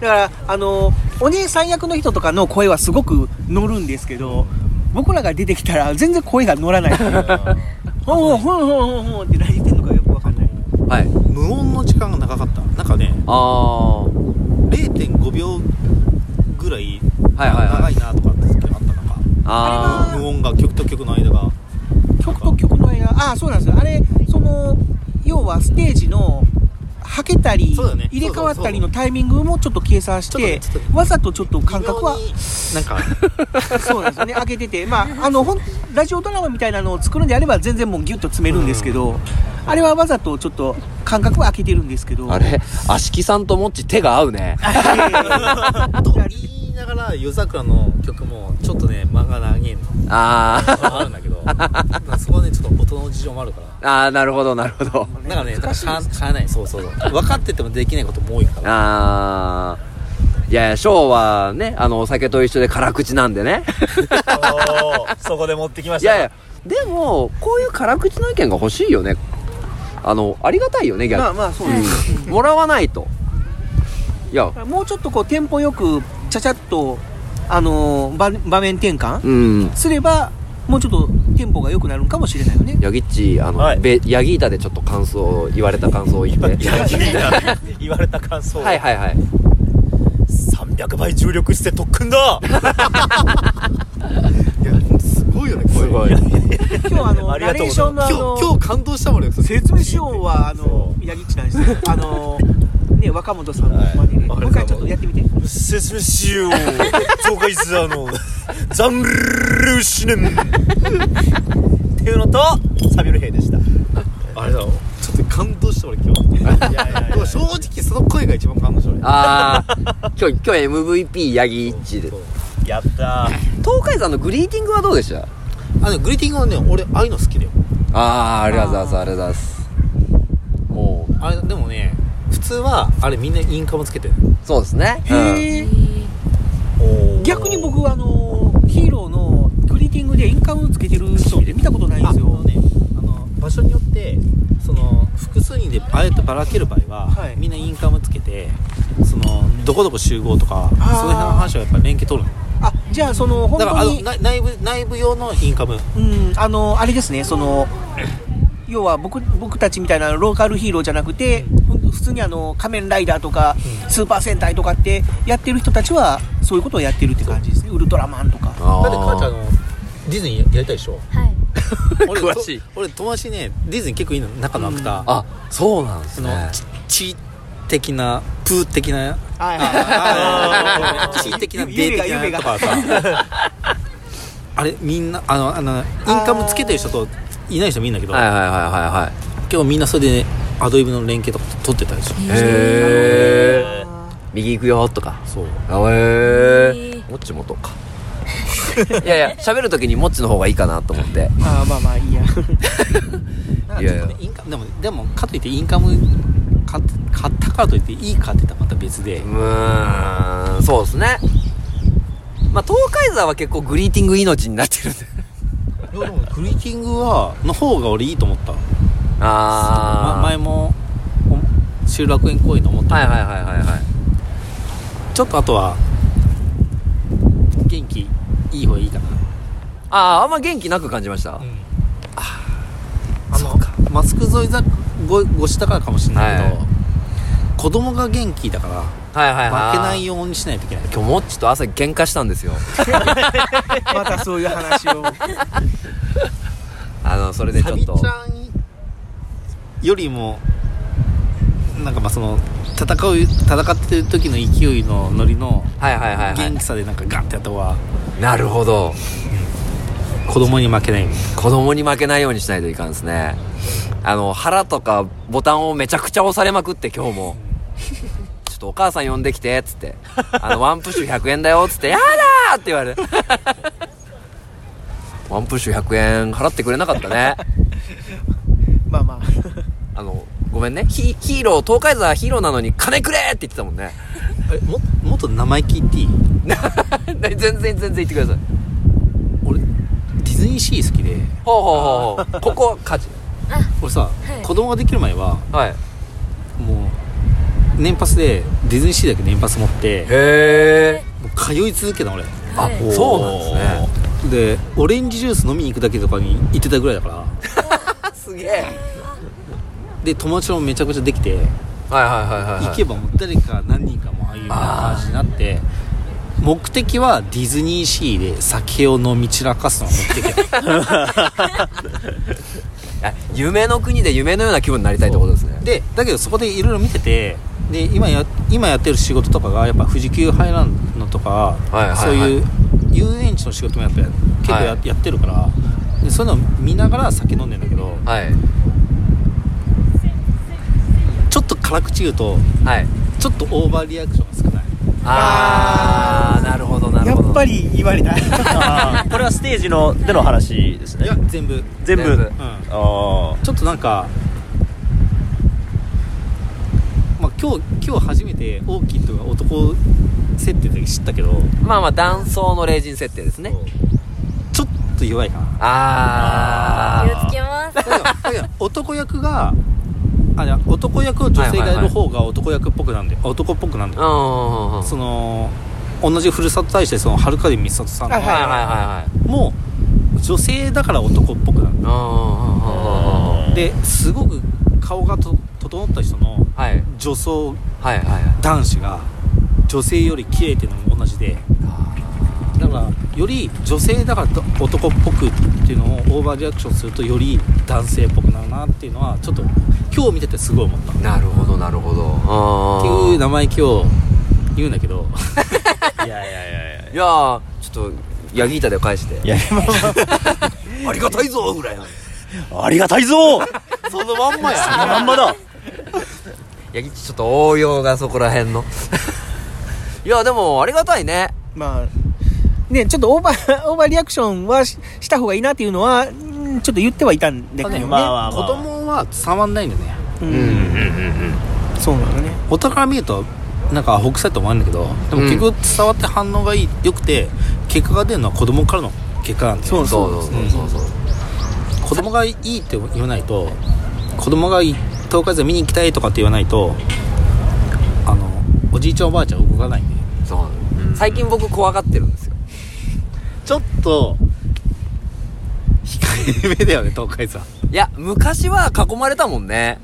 C: だからあのお姉さん役の人とかの声はすごく乗るんですけど僕らが出てきたら全然声が乗らないっていうほんほんほんほんほんって何言ってんのかよくわかんない
D: はい
B: 無音の時間が長かったなんかね
D: あー
B: 0.5秒ぐらい
D: はいはいは
B: 長
D: い
B: いなとかって時あったなんか
D: あ
B: 無音が曲と曲の間
C: [laughs]
B: が
C: 曲と曲の間ああそうなんですよあれその要はステージのはけたり、
B: そうだよね
C: 入れ替わったりのタイミングもちょっと計算して
B: ちょっとねちょっ
C: わざとちょっと感覚は
B: 微妙になんか
C: [laughs] そうなんですよね上げててまああのほんラジオドラマみたいなのを作るんであれば全然もうギュッと詰めるんですけど、あれはわざとちょっと感覚は開けてるんですけど
D: ああれ足木さんともっち手が合うね
C: いやいやいや
B: と言いながら夜桜の曲もちょっとね間が長いの
D: あ
B: あるんだけどそこはねちょっと音の事情もあるから
D: ー [laughs] あーなるほどなるほど
B: だからねだからしゃあしゃあないそうそうそう分かっててもできないことも多いから
D: あーいやいやショーはねあのお酒と一緒で辛口なんでね
L: おーそこで持ってきまし
D: い
L: た
D: やいやでもこういう辛口の意見が欲しいよねあのありがたいよね逆
C: ま
D: に
C: あまあそうですね
D: もらわないといや
C: もうちょっとこうテンポよくちゃちゃっとあの場場面転換
D: うん
C: すればもうちょっとテンポが良くなるんかもしれないよね
D: ヤギッチあの、
L: はい
D: べヤギータでちょっと感想を言われた感想を言って
B: [laughs]
L: 言われた感想、
D: はいはいはい
L: 300倍重力して特訓
B: [laughs]
L: だ
B: すごいよね
D: すごい
C: 今日あの
L: あり
C: ナ
L: がと
C: レ
L: うご
C: ーシ
L: ざ
C: ョ
L: い
C: ンのあの
B: 今日感動したもんね
C: 説明しようはあのヤギッチなんですよあの
M: ね、若本さんの真似で、
B: はい
M: もう一回ちょっとやってみて。
B: 説明しよう。東海ツアーのザンルーシネン。っていうのと、サビル兵でした。
C: あれだろちょっと感動した俺今
B: い
C: 日
B: やいやいや
C: でも正直その声が一番感動した俺
D: [laughs] ああ、今日、今日 MVP ヤギイッチで。
B: やった
D: 東海さんのグリーティングはどうでしたあ
C: あのグリーティングはね俺ああいうの好きだよ
D: あー、ありがとうございます、ありがとうございます。も
C: あれでもね普通はあれみんなインカムつけてる
D: う、そうですね。
M: へー逆に僕はあのーヒーローのグリーティングでインカムつけてる人って見たことないん
C: あ
M: ですよ
C: の。ねあの場所によってその複数人であえてばらける場合は、
M: はい
C: みんなインカムつけてそのどこどこ集合とかその
M: あー
C: 辺の話はやっぱ連携取るの
M: あ、じゃあその本
C: だからあ
M: 当
C: の
M: に、
C: な内部内部用のインカム
M: うん、あのーあれですね、その。要は僕僕たちみたいなローカルヒーローじゃなくて、ほんと普通にあの仮面ライダーとか、スーパー戦隊とかってやってる人たちはそういうことをやってるって感じですねウルトラマンとか
D: あ
C: だって母ちゃんあのディズニーやりたいでしょ
A: はい。
C: 俺
D: [laughs] 詳しい
C: と俺友達ねディズニー結構いいの仲のアクター、
D: あ、そうなんです
C: その
D: ね。
C: ち地的なプー的な
M: はい
C: あ [laughs] ー地的な米
M: 夢が
C: 的
M: 夢
C: な
M: が
C: とかさ [laughs] あれみんなあのあのインカムつけてる人といない人もいいんだけど
D: はいはいはいはいはい。
C: 今日みんなそれで、ね、アドリブの連携とか取ってたでしょ
D: へえ右行くよとか
C: そう
D: あへえもっちもとかいやいや喋る時にもっちの方がいいかなと思って
M: まあまあまあ
C: [laughs]
M: いいや
C: なんかちょっとねインカムでもでもかといってインカム買っ買ったからといっていいかって言ったらまた別で
D: うーんそうですねまあ東海座は結構グリーティング命になってる
C: [laughs]
D: んで
C: いやでもグリーティングはの方が俺いいと思った、ま、
D: あ
C: 前もお集落園公園の思った、
D: はいはいはいはいはい
C: ちょっとあとは元気いい方がいいかな
D: あああんま元気なく感じました、
C: あのマスク沿いざごごしたからかもしれないけど、
D: は
C: 子供が元気だか
D: はいはいは
C: ら
D: い
C: 負けないようにしないといけない
D: 今日もっちと朝喧嘩したんですよ
M: [laughs] またそういう話を
D: あのそれでち
C: サ
D: ょ
C: ビ
D: っ
C: ち
D: と
C: ゃんよりもなんかまあその戦う戦ってる時の勢いのノリの
D: はいはいはいは
C: 元
D: い
C: 気さでなんかガッてやった方が
D: なるほど
C: 子供に負けないみたい
D: 子供に負けないようにしないといかんですねあの腹とかボタンをめちゃくちゃ押されまくって今日もちょっとお母さん呼んできてっつってあのワンプッシュ100円だよっつって「やだ!」って言われるワンプッシュ100円払ってくれなかったね
M: まあまあ
D: あのごめんねヒヒーロー東海座ヒーローなのに金くれって言ってたもんね
C: なえももっと生意気言っていい
D: [laughs] 全然全然言ってください
C: 俺ディズニーシー好きで
D: ほうほうほうほうここ火事
C: 俺さ、
A: い
C: 子供ができる前は
D: はいへ
C: もう年パスでディズニーシーだけ年パス持って
D: え
C: もう通い続けた俺
D: あ
A: はい
D: そうなんですね
C: でオレンジジュース飲みに行くだけとかに行ってたぐらいだから
D: すげえ
C: で友達もめちゃくちゃできて
D: はいはいはいはい、はい、
C: 行けばもう誰か何人かもうああいう感じになって目的はディズニーシーで酒を飲み散らかすの
D: [laughs]
C: が目的
D: あ夢の国で夢のような気分になりたいってことですね
C: でだけどそこでいろいろ見ててで今や今やってる仕事とかがやっぱ富士急ハイランドとか、
D: はいはいはい
C: そういう遊園地の仕事もやっぱや結構や,、
D: はい
C: やってるからでそういうのを見ながら酒飲んでんだけど
D: はい
C: ちょっと辛口言うと
D: はい
C: ちょっとオーバーリアクションが少ない
D: あーなるほどなる
M: や
D: ほど
M: っぱり言われた
B: [laughs] あーこれはステージのでの話です
C: い
B: ね
C: や全部
B: 全部
D: 全
C: う
D: 部
C: ん
B: あ
C: ちょっとなんか、まあ、今日今日初めてオーキッドが男設定だけ知ったけど
D: まあまあ断層の霊人設定ですね
C: ちょっと弱いかな
A: 気を
D: あ
A: つけます。
C: だからだから男役があいや男役を女性がやる方が男役っぽくなんで、男っぽくなんで、
D: ーうんうんうんうん
C: その同じふるさと大使でその春風美里さん
M: はい
D: はいはい
C: が
D: は
C: もう女性だから男っぽくなる
D: いはいうんうんうんうんうんうん
C: ですごく顔がと整った人の
D: はい
C: 女装
D: はいはいはい
C: 男子が女性より綺麗っていうのも同じでだからより女性だからと男っぽくっていうのをオーバーリアクションするとより男性っぽくなるなっていうのはちょっと今日見ててすごい思ったっ
D: なるほどなるほどあ
C: て
D: ー
C: いう生意気を言うんだけど
B: いやいやいやいや
D: いやーちょっとヤギ板で返して
B: いや
D: [laughs] ありがたいぞぐらいの
B: ありがたいぞ
D: そのまんまや
B: そのまんまだ
D: ヤギちょっと応用がそこら辺 [laughs] のいやでもありがたいね
N: まあ、ね、ちょっとオーバー、オ [laughs] ーバーリアクションはしした方がいいなっていうのは、うんちょっと言ってはいたんだけどね。
B: まあまあま
C: 子
B: あ
C: 供は伝わんないんだよね
N: うん、そうなのね。
C: 大人から見るとなんか北斎と思われるんだけどでも結局伝わって反応がいい良くて結果が出るのは子供からの結果なんだよね
D: そうそうそうそうそう
C: 子供がいいって言わないと子供が東海道見に行きたいとかって言わないとあのおじいちゃんおばあちゃん動かないんで
D: そうなの最近僕怖がってるんですよ
C: ちょっと控えめだよね東海道
D: いや昔は囲まれたもんね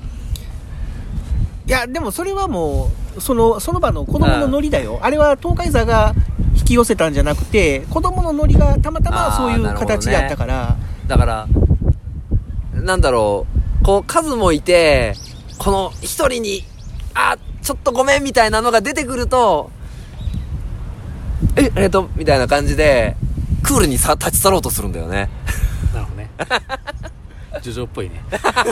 N: いや、でもそれはもう、その、その場の子供のノリだよ。あれは東海座が引き寄せたんじゃなくて、子供のノリがたまたまそういう形だったから、
D: だからなんだろうこう数もいてこの一人にあちょっとごめんみたいなのが出てくるとええっとみたいな感じでクールにさ立ち去ろうとするんだよね
C: なるほど [laughs] ねジョジョっぽいね
N: だか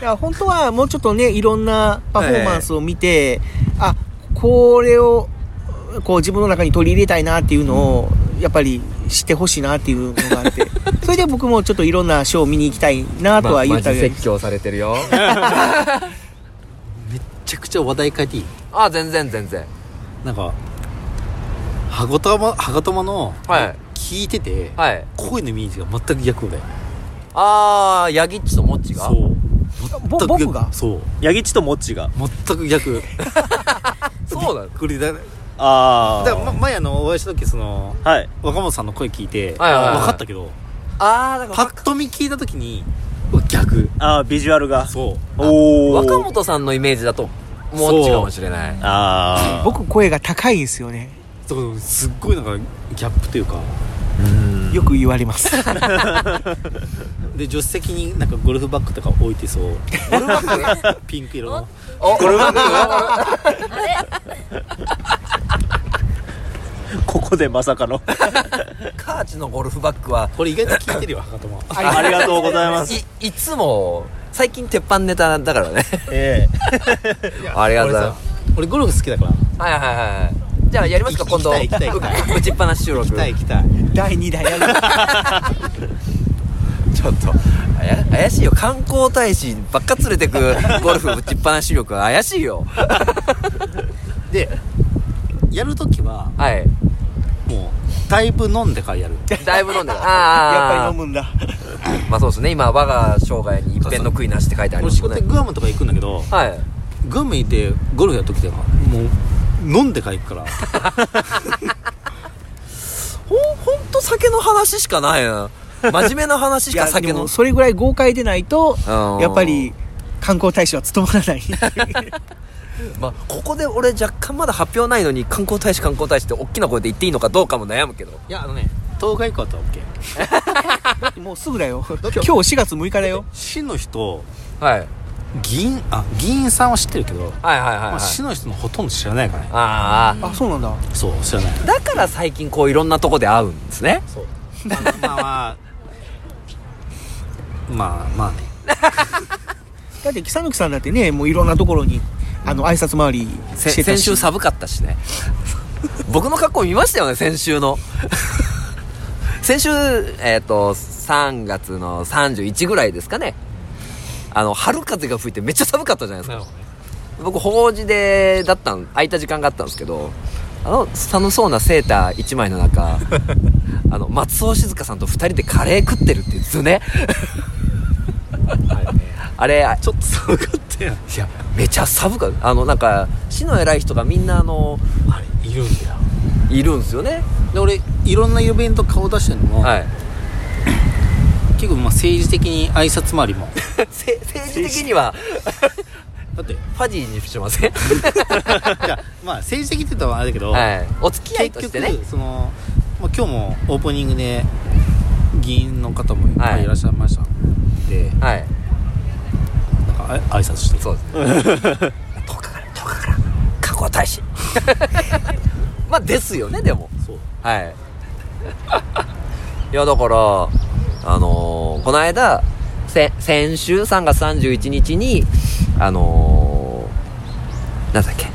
N: ら本当はもうちょっとね、いろんなパフォーマンスを見て、あ、これを、こう自分の中に取り入れたいなっていうのを、やっぱり知ってほしいなっていうのがあって、 [laughs] それで僕もちょっといろんなショーを見に行きたいなとは言
D: ま
N: った
D: マジ
N: り、
D: 説教されてる
N: [laughs]
D: よ
C: めちゃくちゃ話題変えていい
D: あ全然全然
C: なんか歯ごたま歯ごたまの
D: はい
C: 聞いてて、
D: はい
C: 声のイメージが全く逆だよ
D: あーヤギッチとモッチが
C: そう
N: ぼ
C: 全く逆
N: 僕が
C: そう
B: ヤギチとモッチが
C: 全く逆
D: そうだよ
C: これだね
B: ああ
C: だから、ま、前あのお会いした時その
B: はい
C: 若本さんの声聞いて、
D: はいはいはい
C: 分かったけど
D: あーだ
C: パッと見聞いた時にうわ逆
B: ああビジュアルが
C: そう
B: おお
D: 若本さんのイメージだとモッチかもしれない
B: ああ
N: 僕声が高いですよね。
C: そうすっごいなんかギャップというか
N: よく言われます。
C: で助手席になんかゴルフバッグとか置いてそうゴルフバッグ [laughs] ピンク色の
D: おこれ
B: ここでまさかの
D: カーチのゴルフバッグは
C: これ意外と聞いてるよ博多も
B: ありがとうございます
D: いいつも最近鉄板ネタだからね
B: ええ
D: ありがとうござ
C: さ
D: いま
C: 俺ゴルフ好きだから
D: すはいはいはいはいじゃあやりますか
C: 行
D: 今
C: き
D: 度
C: たい行きたい行きたい
D: 打ちっぱなし収録
C: 行きたい行きたい
N: 第2弾やる。
D: ちょっとあや怪しいよ観光大使ばっか連れてくゴルフ打ちっぱなし収録は怪しいよ
C: でやる時は
D: はい
C: もうだいぶ飲んでからやる
D: だいぶ飲んでる
N: やっ
D: あーあー
N: ぱ
D: あ
N: り飲
D: ー
N: むんだ。
D: まあそうですね今我が生涯に一遍の悔いなしって書いてありま
C: 俺
D: す
C: 仕
D: もん
C: 事で
D: ね
C: グアムとか行くんだけど
D: はい
C: グアム行ってゴルフやる時とかもう飲んでから行くから
D: ほんほんと酒の話しかないな真面目な話し [laughs]
N: い
D: か
N: や、
D: 酒
N: で
D: の
N: もそれぐらい豪快でないと、
D: うん
N: やっぱり観光大使は務まらない。
D: まあ、ここで俺若干まだ発表ないのに観光大使観光大使って大きな声で言っていいのかどうかも悩むけど
C: いやあのね東海行こうとは OK
N: だってもうすぐだ [laughs] よ。今日4月6日だよ。
C: 市の人
D: はい
C: 議員あ議員さんは知ってるけど、
D: はいはいはい、
C: ま
D: は
C: あ、
D: い、
C: 市の人のほとんど知らないからね
D: あ
N: あ、そうなんだ。
C: そう知らない
D: あだから最近こういろんなとこで会うんですね
C: そうまあまあまあまあまあね
N: だって、北貫さんだってね、もういろんなところに、あの、挨拶回り
D: せ
N: してた
D: 先
N: し。
D: 週寒かったしね [laughs] 僕の格好見ましたよね先週の [laughs] 先週えっ、と3月の31ぐらいですかねあの春風が吹いてめっちゃ寒かったじゃないですか僕法事でだったん空いた時間があったんですけどあの寒そうなセーター1枚の
C: [laughs]
D: 中あの松尾静香さんと2人でカレー食ってるっていう図ねあれあ
C: ちょっと寒かったよいや
D: めちゃ寒かったあのなんか市の偉い人がみんなあの
C: あれいるんだよ
D: いるんですよね
C: で俺いろんなイベント顔出してるのも、 [laughs]
D: はい
C: 結構まあ政治的に挨拶回りも
D: せ政治的には
C: だって
D: ファジーにしません
C: いやまあ政治的って言ったらあれだけど、
D: はいお付き合いと
C: 結
D: し
C: 局、
D: てね
C: その、まあ、今日もオープニングで議員の方もいっぱいいらっしゃいました、で
D: はい
C: なんかあ挨拶して
D: そうです10日から10日から加工大使 [laughs] まあですよねでも
C: そう
D: はいいやだからあのーこの間せ先週3月31日にあのーなんだっけ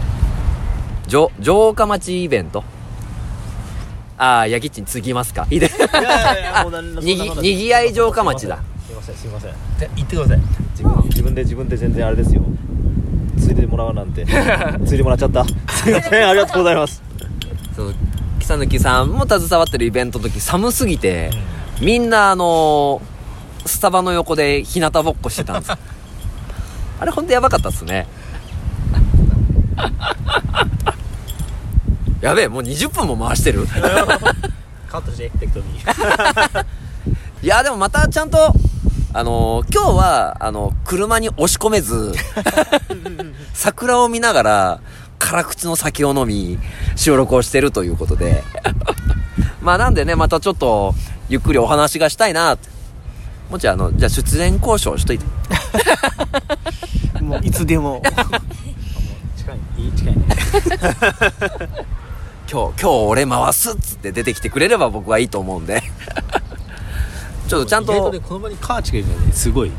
D: 城城下町イベントああヤギッチン継ぎますかいいで
B: いやいやいやもう何
D: に
B: の
D: ぎ
B: そんなこと
D: にぎわい城下町だ
B: すいませんすいませんじゃ行ってください自分自分で自分で全然あれですよついでもらうなん [laughs] てついでもらっちゃ [laughs] ったすいませんありがとうございます
D: そう草抜さんも携わってるイベントの時寒すぎて、みんなあのースタバの横で日向ぼっこしてたんですよあれほんとやばかったっすねやべえもう20分も回してる
B: カットして適当に
D: いやでもまたちゃんとあのー今日はあの車に押し込めず桜を見ながら辛口の酒を飲み収録をしてるということで [laughs] まあなんでねまたちょっとゆっくりお話がしたいなってもちろんあのじゃあ出演交渉しといて
N: もういつで
D: [laughs]
N: も
B: 近いいい近いね
D: 今日今日俺回すっつって出てきてくれれば僕はいいと思うんで [laughs] ちょっとちゃん
C: 意外
D: と
C: ねこの場にカーチがいるんだよねすごい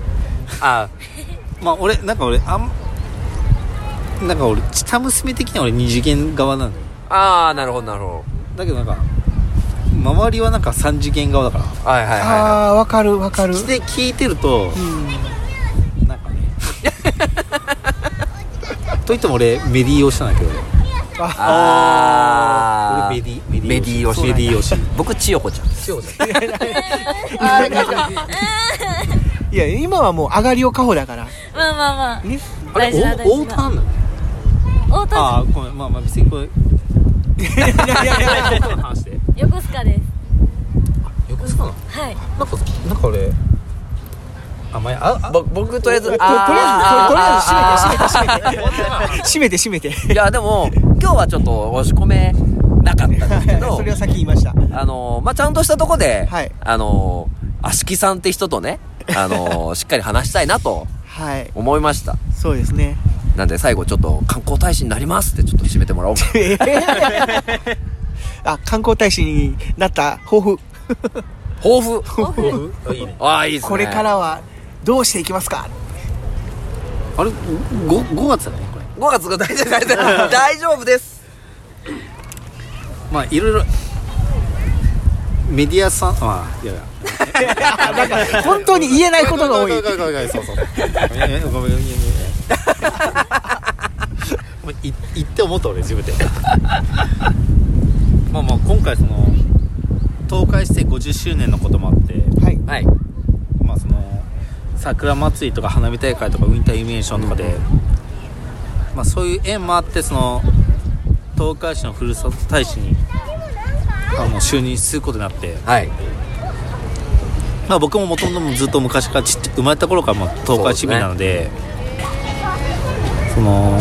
D: あ
C: まあ俺なんか俺あんなんか俺下娘的には俺二次元側なのよ
D: あーなるほどなるほ
C: だけどなんか周りはなんか三次元側だか
D: どはいはいはいはい
N: ああわかるわかる
C: らで聞いてると、なんかねといっても俺メディー推しなんだけど
D: あ
C: 俺メディメディ
D: メディ推し
C: メディ推し
D: 僕千代子ちゃん
C: そうだね
N: いや今はもう上がりをカホだから
A: まあまあまあ
D: [laughs]
N: ね
C: あれ
A: 大事だ大事だ
C: 太田なの
A: 太田さ
C: ああごめんまあまあ別にこれ太田の話で
A: ん横須賀です
C: 横須賀なの
A: はい
C: なんかなんか俺あ前ああ
D: ぼ僕とりあえずあー
N: とりあ
D: あーあーあー
N: えずとりあえず閉めて閉めて閉めて閉めて閉めて
D: いやでも今日はちょっと押し込めなかったんですけど
N: それは先言いました
D: あのーまあちゃんとしたとこで、
N: はい
D: あのー足木さんって人とねあのーしっかり話したいなと
N: はい
D: 思いました
N: そうです
D: [laughs]
N: ね
D: なんで最後ちょっと観光大使になりますってちょっと締めてもらおうか
N: あ観光大使になった抱負
D: 抱負
C: あいいね
D: ああいいですね
N: これからはどうしていきますか
C: あれ五五月だねこれ
D: 5月が大丈夫大丈夫大丈夫です
C: まあいろいろメディアさんあいやいや
N: 本当に言えないことが多い
C: ごめんごめんごめんそうそうごめんごめんごめんごめんごめんごめんい言って思った俺自分でまあまあ今回その東海して50周年のこともあって
N: はい
D: はい
C: まあその桜祭りとか花火大会とかウィンターイルミネーションとかで、まあそういう縁もあってその東海市のふるさと大使にあの就任することになって、
D: はい
C: まあ、僕ももともとずっと昔からちっちゃ生まれた頃からもう東海市民なのでその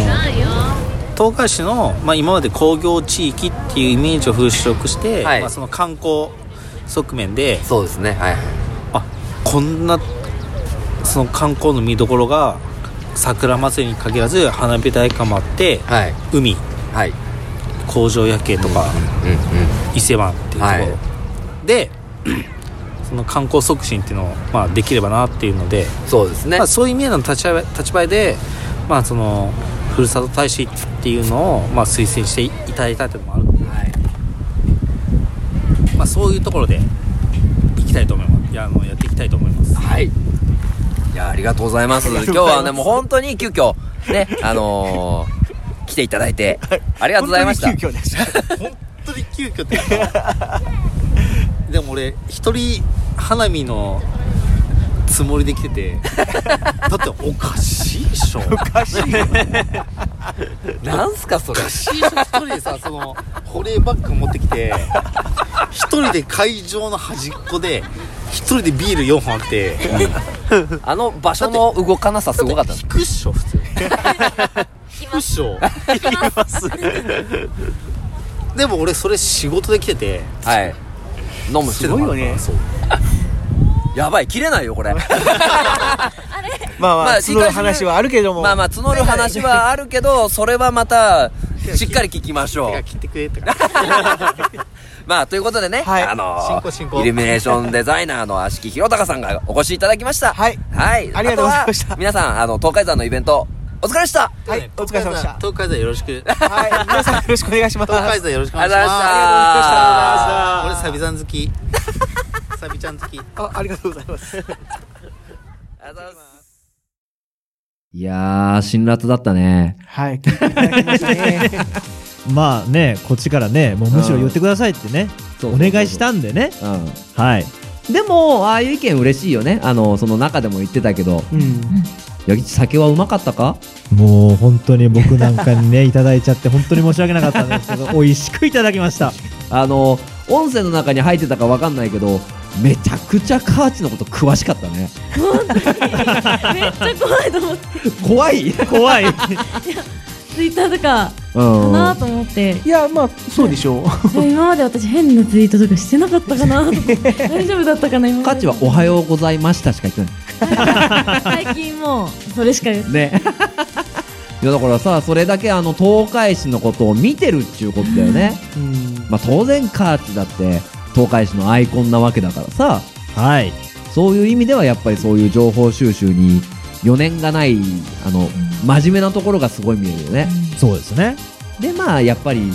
C: 東海市の、まあ、今まで工業地域っていうイメージを払拭して、
D: はい
C: まあ、その観光側面で
D: そうですねはい
C: あこんなその観光の見どころが桜祭りに限らず花火大会もあって
D: はい
C: 海
D: はい
C: 工場夜景とか
D: うんうん
C: 伊勢湾っていうところ、
D: はい
C: で [clears throat] その観光促進っていうのを、まあ、できればなっていうので、
D: そうですね
C: まあ、そういう意味での立ち合い立ち場で、まあ、そのふるさと大使っていうのを、まあ、推薦していただいたっていうのもあるので、まあ、そういうところで行きたいと思いますいやあのやっていきたいと思います
D: はい。いや、ありがとうございます。今日はね、もう本当に急遽、ね、あのー、来ていただいて、ありがとうございました。
N: 本当に急遽でした
C: 本当に急遽っていうかでも俺一人花見のつもりで来ててだっておかしいでしょおかしい
D: なんすか、それ。
C: 一人でさその保冷バッグ持ってきて一人で会場の端っこで一人でビール4本あって
D: あの場所の動かなさすごかったです
C: 引くっしょ普通引くっしょでも俺それ仕事で来てて
D: はい。飲む
C: してたから
N: すごいよね
C: そう
O: やばい切れないよこれ
N: まあまあ
O: 理解する
N: 募る話はあるけども
O: まあまあ募る話はあるけどそれはまたしっかり聞きましょう
P: 切ってくれって
O: [laughs] まあということでね、あのー
P: 進行進行
O: イルミネーションデザイナーの足木弘隆さんがお越しいただきましたはい、はい、
P: ありがとうございました
O: あとは皆さんあの東海山のイベントお疲れでした
P: はいお疲れ様でした東海山よろしく
N: はい皆さんよろしくお願いします
P: 東海山よろしくお願いします
N: ありがとうございまし
P: 俺
N: た
P: サビさん好き
C: [laughs]
P: サビちゃん好きあありがとうございま
O: あ
P: す
O: りがとうございます
D: いやー、辛辣だったね。
N: はい。
B: まあねこっちからねもうむしろ言ってくださいってね、お願いしたんでねはい
D: でも、ああいう意見嬉しいよね。あの、その中でも言ってたけど。ヤギチ酒はうまかったか
B: もう本当に僕なんかに [laughs] ねいただいちゃって本当に申し訳なかったんですけど美味しくいただきました
D: あの、音声の中に入ってたかわかんないけど、めちゃくちゃカーチのこと詳しかったね。
A: めっちゃ怖いと思って
D: 怖い
B: 怖 [laughs] い。
A: ツイッターとかか
D: うん。
A: なと思っ
H: [laughs]
A: て
N: いやまあそうでしょう
A: 今まで私変なツイートとかしてなかったかなと思
H: [laughs]
A: って大丈夫だったかな今まで
D: カーチはおはようございましたしか言ってない。
A: 最近もうそれしか言って
D: ね [laughs] いやだからさそれだけあの東海市のことを見てるっちゅうことだよね、まあ、当然カーチだって東海市のアイコンなわけだからさ
B: はい
D: そういう意味ではやっぱりそういう情報収集に余念がないあの真面目なところがすごい見えるよね、
B: そうですね
D: でまあやっぱり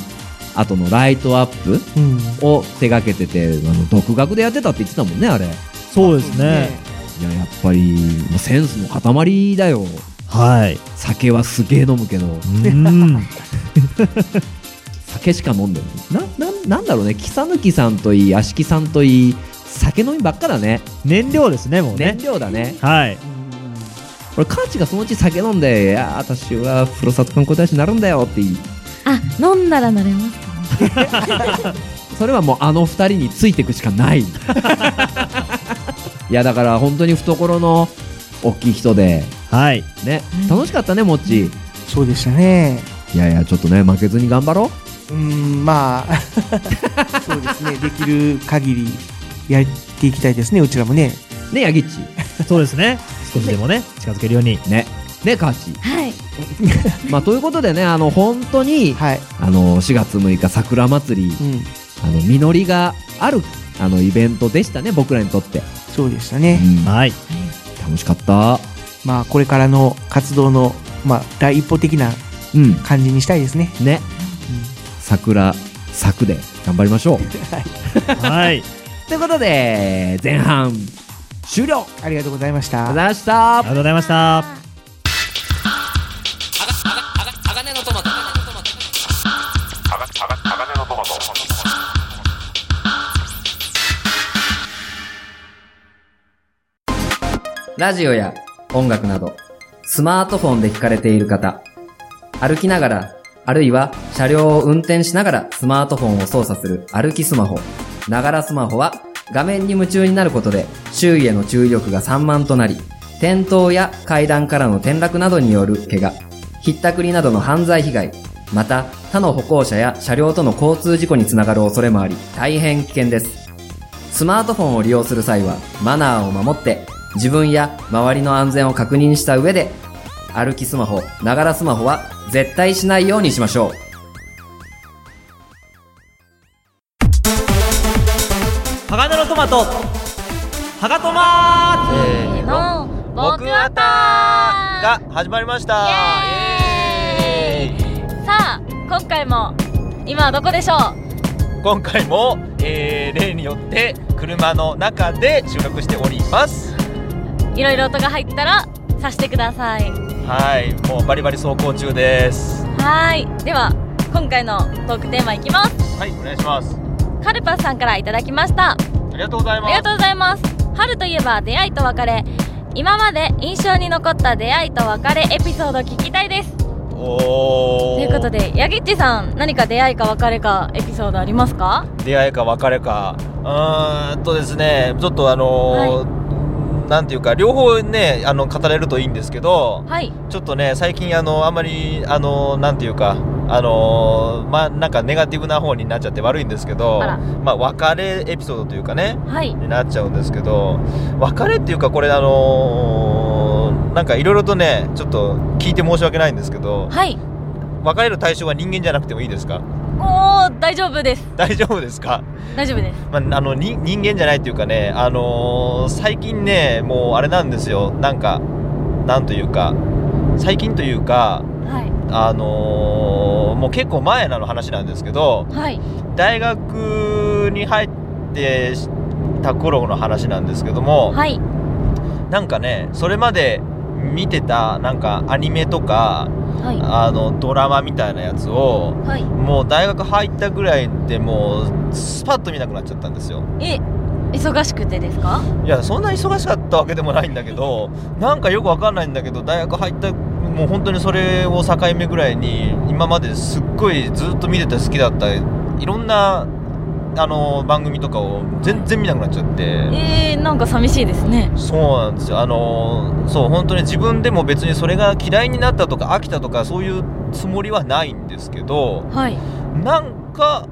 D: あとのライトアップを手がけてて、あの独学でやってたって言ってたもんねあれ
B: そうですね
D: いややっぱりもうセンスの塊だよ
B: はい
D: 酒はすげえ飲むけど
B: [laughs] うん
D: 酒しか飲んでないなななんだろうね草抜きさんといい足木さんといい酒飲みばっかだね
B: 燃料ですねもうね
D: 燃料だね
B: はい
D: 俺カーチがそのうち酒飲んで「いやー私はふるさと観光大使になるんだよ」って言い
A: あ飲んだらなれますか
D: それはもうあの二人についていくし
B: [laughs]
D: かないいやだから本当に懐の大きい人で
B: はい
D: ね楽しかったねもっち
N: そうでしたね
D: いやいやちょっとね負けずに頑張ろ
N: うーんまあ [laughs] そうですねできる限りやっていきたいですねうちらもね
D: うねヤギッチ
B: そうですね少しでもね近づけるように
D: ねねカーチ
A: はい
D: まあ、ということでね、あの本当に、あの4月6日桜祭り、あの実りがあるあのイベントでしたね、僕らにとって。
N: そうでしたね、
B: はい
D: 楽しかった
N: まあこれからの活動のまあ第一歩的な感じにしたいですね、
D: ね桜咲くで頑張りましょう。
B: はい。
D: ということで前半終了。
N: ありがとうございました。あり
D: がとうございました。あ
B: りがとうございました。
O: 鋼のトマト
C: のトマト
Q: ラジオや音楽など、スマートフォンで聞かれている方、歩きながら、あるいは車両を運転しながらスマートフォンを操作する歩きスマホ、ながらスマホは画面に夢中になることで周囲への注意力が散漫となり、転倒や階段からの転落などによる怪我、ひったくりなどの犯罪被害、また他の歩行者や車両との交通事故につながる恐れもあり、大変危険です。スマートフォンを利用する際はマナーを守って自分や周りの安全を確認した上で歩きスマホ、ながらスマホは絶対しないようにしましょう。
B: 鋼のトマトハガトマ
C: せーの僕はたが始まりました
A: さあ今回も今はどこでしょう
C: 今回も、えー例によって車の中で収録しております
A: いろいろ音が入ったらさしてください
C: はいもうバリバリ走行中です
A: はーいでは今回のトークテーマいきます
C: はいお願いします
A: カルパスさんからいただきました
C: ありがとうござい
A: あ
C: ま
A: り
C: す
A: がとうございます春といえば出会いと別れ今まで印象に残った出会いと別れエピソード聞きたいです
C: お
A: と
C: ー
A: いうことでヤギッチさん何か出会いか別れかエピソードありますか
C: 出会いか別れかうーんとですねちょっとあのーなんていうか両方ねあの語れるといいんですけど
A: はい
C: ちょっとね最近あのあまりあのなんていうか
H: あのーまあなんかネガティブな方になっちゃって悪いんですけど
A: あら
H: まあ別れエピソードというかね
A: はい
H: になっちゃうんですけど別れっていうかこれあのーなんかいろいろとねちょっと聞いて申し訳ないんですけど
A: はい
H: 別れる対象は人間じゃなくてもいいですか
A: おー大丈夫です
H: 大丈夫ですか
A: 大丈夫です
H: まあ、あのに人間じゃないっていうかね、あのー最近ねもうあれなんですよなんかなんというか最近というか、あのーもう結構前なの話なんですけど
A: はい
H: 大学に入ってた頃の話なんですけども、
A: はい
H: なんかねそれまで見てたなんかアニメとか、
A: はい
H: あのドラマみたいなやつを、
A: はい
H: もう大学入ったぐらいでもうスパッと見なくなっちゃったんですよ。
A: え忙しくてですか
H: いやそんな忙しかったわけでもないんだけどなんかよくわかんないんだけど大学入ったもう本当にそれを境目ぐらいに今まですっごいずっと見てて好きだったいろんなあの番組とかを全然見なくなっちゃって、
A: えー、なんか寂しいですね
H: そうなんですよあのそう本当に自分でも別にそれが嫌いになったとか飽きたとかそういうつもりはないんですけど
A: はい
H: なんか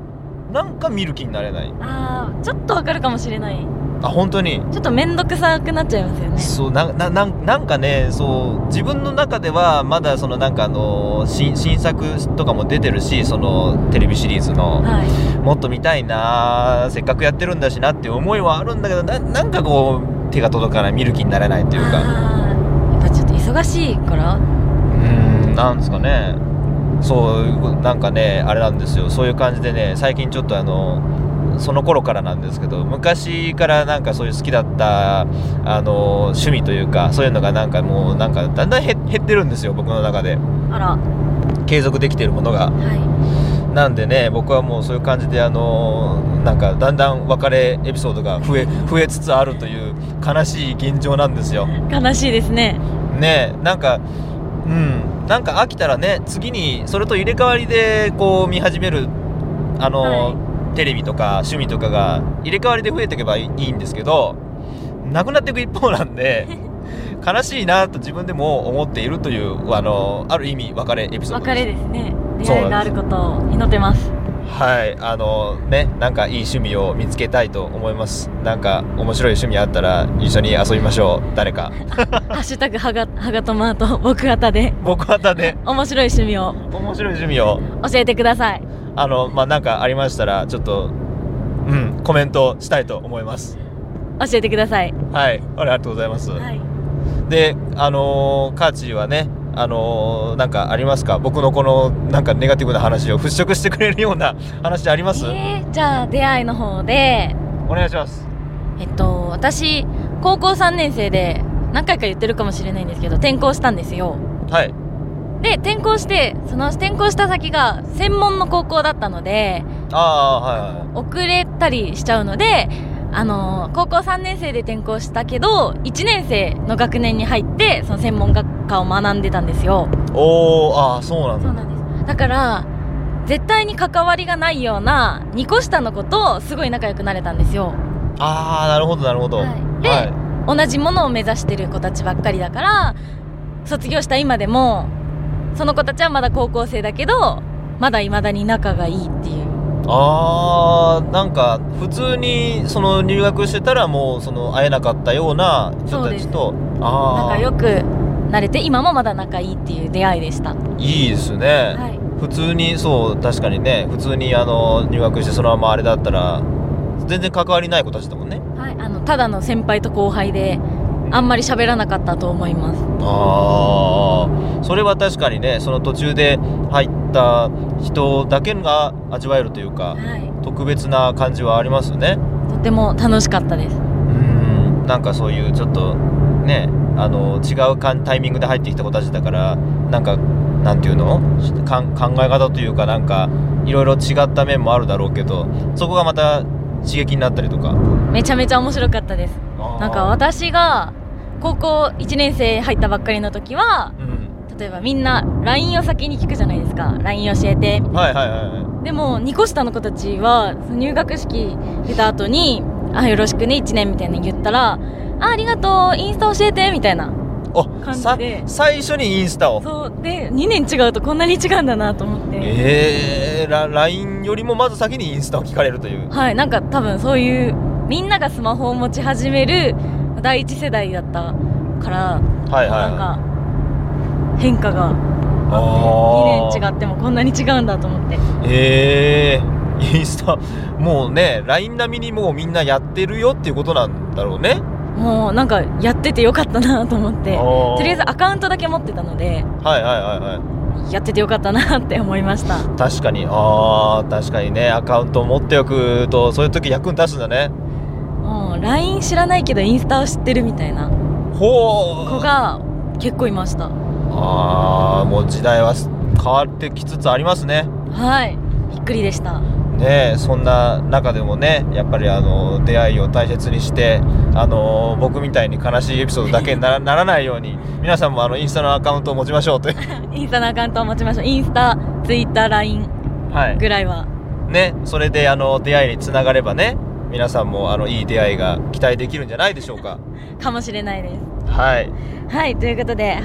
H: なんか見る気になれない
A: あーちょっとわかるかもしれない
H: あ本当に
A: ちょっと面倒くさくなっちゃいますよね
H: そうなななんなんかねそう自分の中ではまだそのなんかあの新新作とかも出てるしそのテレビシリーズの、もっと見たいなせっかくやってるんだしなっていう思いはあるんだけどななんかこう手が届かない見る気になれないっていうか
A: やっぱちょっと忙しいから
H: うんなんですかねそうなんかねあれなんですよそういう感じでね最近ちょっとあのその頃からなんですけど昔からなんかそういう好きだったあの趣味というかそういうのがなんかもうなんかだんだん減減ってるんですよ僕の中で
A: あら
H: 継続できてるものが、なんでね僕はもうそういう感じであのなんかだんだん別れエピソードが増え増えつつあるという悲しい現状なんですよ
A: 悲しいですね
H: ねえなんかうんなんか飽きたらね次にそれと入れ替わりでこう見始めるあの、テレビとか趣味とかが入れ替わりで増えていけばいいいいんですけどなくなっていく一方なんで悲しいなと自分でも思っているというあのある意味別れエピソード
A: 別れですね出
H: そう
A: 会いが
H: な
A: あ
H: んで
A: る
H: す
A: ことを祈ってます
H: はいあのねなんかいい趣味を見つけたいと思いますなんか面白い趣味あったら一緒に遊びましょう誰か
A: ハッシュタグはが、はがとまと僕あたで。
H: 僕あ
A: [laughs]
H: たで。
A: 面白い趣味を。
H: 面白い趣味を
A: 教えてください。
H: あのまあなんかありましたらちょっとうんコメントしたいと思います
A: 教えてください。
H: はいありがとうございます、であのー、カーチーはねあのー、なんかありますか僕のこのなんかネガティブな話を払拭してくれるような話あります、
A: えーじゃあ、出会いの方で、
H: お願いします
A: えっと、私、高校3年生で、何回か言ってるかもしれないんですけど、転校したんですよ。
H: はい
A: で、転校して、その転校した先が専門の高校だったので、
H: ああはいはい
A: 遅れたりしちゃうので、あの高校3年生で転校したけど、1年生の学年に入って、その専門学科を学んでたんですよ。
H: おおああそうなんだ
A: だから絶対に関わりがないような2個下の子とすごい仲良くなれたんですよ
H: ああなるほどなるほど、
A: で、
H: はい
A: 同じものを目指してる子たちばっかりだから卒業した今でもその子たちはまだ高校生だけどまだいまだに仲がいいっていう
H: あーなんか普通にその留学してたらもうその会えなかったような人たちとあ
A: 仲
H: あ
A: 良くなれて今もまだ仲いいっていう出会いでした
H: いいですね、普通にそう確かにね普通にあの入学してそのままあれだったら全然関わりない子たちだもんね
A: はいあのただの先輩と後輩であんまり喋らなかったと思います
H: ああそれは確かにねその途中で入った人だけが味わえるというか、特別な感じはありますよね
A: とても楽しかったです
H: なんかそういうちょっとねあの違うかんタイミングで入ってきた子たちだからなんかなんていうのかん考え方というかなんかいろいろ違った面もあるだろうけどそこがまた刺激になったりとか
A: めちゃめちゃ面白かったですなんか私が高校1年生入ったばっかりの時は、例えばみんな LINE を先に聞くじゃないですか LINE 教えて
H: はいはいはいはい
A: でも2個下の子たちはその入学式出た後に「あよろしくね1年」みたいなの言ったら「あありがとうインスタ教えて」みたいな
G: 感じで
H: 最初にインスタを
G: そうで2年違うとこんなに違うんだなと思って
H: ええー、LINE よりもまず先にインスタを聞かれるという
G: はいなんか多分そういうみんながスマホを持ち始める第一世代だったから
H: はいはい
G: なんか変化が
H: あ
G: 2年違ってもこんなに違うんだと思って
H: ええー、インスタもうね LINE 並みにもうみんなやってるよっていうことなんだろうね
G: もうなんかやっててよかったなと思って
H: あー
G: とりあえずアカウントだけ持ってたので
H: はいはいはいはい
G: やっててよかったなって思いました
H: 確かにあー確かにねアカウントを持っておくとそういう時役に立つんだね
G: もう LINE 知らないけどインスタを知ってるみたいな
H: ほ
G: 子が結構いました
H: ああもう時代は変わってきつつありますね
G: はいびっくりでした
H: ねえそんな中でもねやっぱりあの出会いを大切にしてあの僕みたいに悲しいエピソードだけ
G: [laughs]
H: にならならないように皆さんもあのインスタのアカウントを持ちましょうという
G: インスタのアカウントを持ちましょうインスタツイッター LINE
H: はい
G: ぐらいは
H: ねそれであの出会いにつながればね皆さんもあのいい出会いが期待できるんじゃないでしょうか
G: かもしれないです
H: はい
G: はいということでは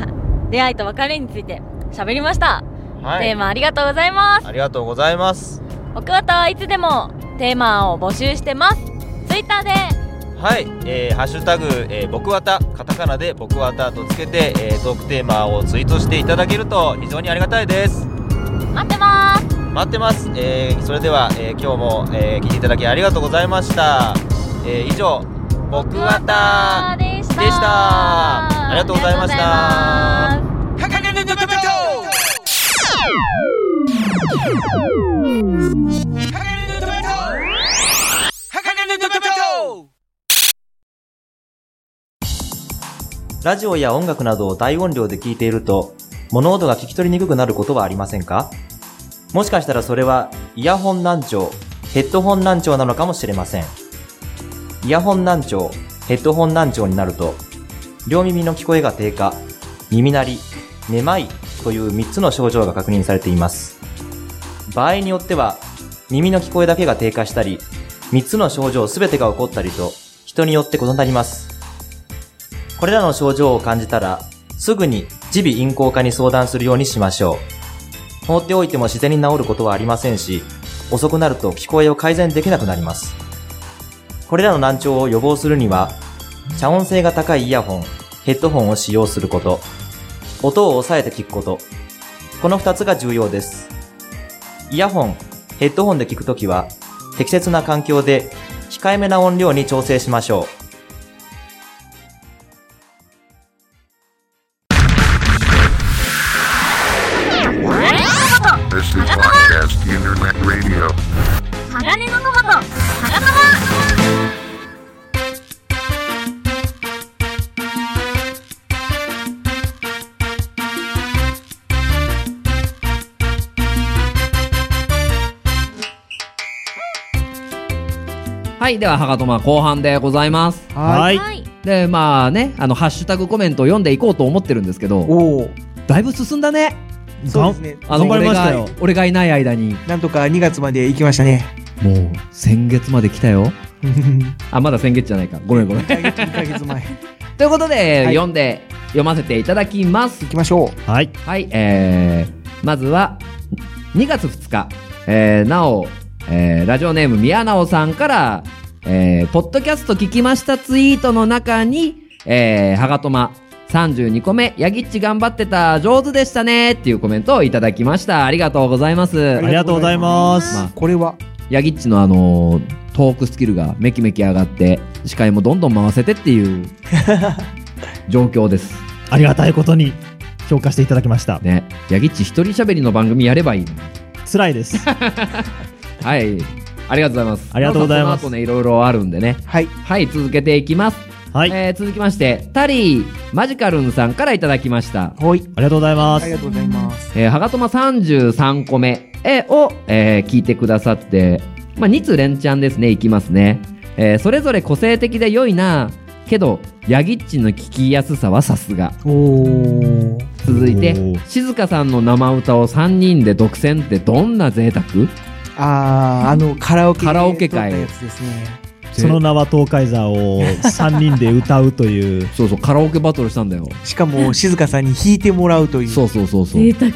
G: 出会いと別れについて喋りました、
H: はい
G: テーマありがとうございます
H: ありがとうございます
G: 奥方はいつでもテーマを募集してますツイッターで
H: はい、えーハッシュタグ、えー僕わた、カタカナで僕わたとつけて、えートークテーマをツイートしていただけると非常にありがたいです。
G: 待ってます
H: 待ってます。えーそれでは、えー今日も、えー聞いていただきありがとうございました。えー以上、僕わた
G: でした
H: でした。ありがとうございました。
C: ラジオや音楽などを大音量で聞いていると、物音が聞き取りにくくなることはありませんかもしかしたらそれは、イヤホン難聴、ヘッドホン難聴なのかもしれません。イヤホン難聴、ヘッドホン難聴になると、両耳の聞こえが低下、耳鳴り、めまいという3つの症状が確認されています。場合によっては、耳の聞こえだけが低下したり、3つの症状全てが起こったりと、人によって異なります。これらの症状を感じたら、すぐに耳鼻咽喉科に相談するようにしましょう。放っておいても自然に治ることはありませんし、遅くなると聞こえを改善できなくなります。これらの難聴を予防するには、遮音性が高いイヤホン、ヘッドホンを使用すること、音を抑えて聞くこと、この二つが重要です。イヤホン、ヘッドホンで聞くときは、適切な環境で控えめな音量に調整しましょう。
R: This is Podcast Internet Radio.
S: 鋼のトマト鋼
Q: はい、では、はがとま後半でございます。。
B: はい
Q: で、まあね、あの、ハッシュタグコメントを読んでいこうと思ってるんですけど、だいぶ進んだね。
N: そうですね
Q: あの
N: 頑張りましたよ
Q: 俺が俺がいない間に。
N: なんとか2月まで行きましたね。
Q: もう、先月まで来たよ。あ、まだ先月じゃないか。ごめんごめん。
N: 2ヶ月前。
Q: ということで、
N: はい
Q: 読んで読ませていただきます。行
N: きましょ
B: う。はい。
Q: はい、えー、まずは2月2日、えー、なお、えー、ラジオネーム宮直さんから、えー、ポッドキャスト聞きましたツイートの中に、えー、はがとま32個目、ヤギッチ頑張ってた、上手でしたねっていうコメントをいただきました。ありがとうございます。
B: ありがとうございます
Q: まあ
N: これは
Q: ヤギッチのあのートークスキルがめきめき上がって司会もどんどん回せてっ
B: [laughs]
Q: ていう状況です
B: ありがたいことに評価していただきました。
Q: ね。ヤギッチ一人喋りの番組やればいいのに
B: 辛いです。
Q: はいありがとうございます
B: ありがとうございます
Q: なおさんこの後ねいろいろあるんでね
N: はい、
Q: 続けていきます
B: はい、
Q: えー続きましてタリーマジカルンさんからいただきました
N: はい
B: ありがとうございます
N: ありがとうございます。
Q: えー、はがとま33個目えーを、えー聞いてくださって、まあ、2通連チャンですね、いきますね。えーそれぞれ個性的で良いな、けど、ヤギッチの聞きやすさはさすが。続いて、静香さんの生歌を3人で独占ってどんな贅沢
N: あー、あの、カラオケ。
Q: カラオケ会
N: 撮ったやつですね。
B: その名は東海座を3人で歌うという
D: そうそうカラオケバトルしたんだよ
N: し
D: [laughs]
N: かも静香さんに弾いてもらうという
D: そうそうそうそう
N: 沢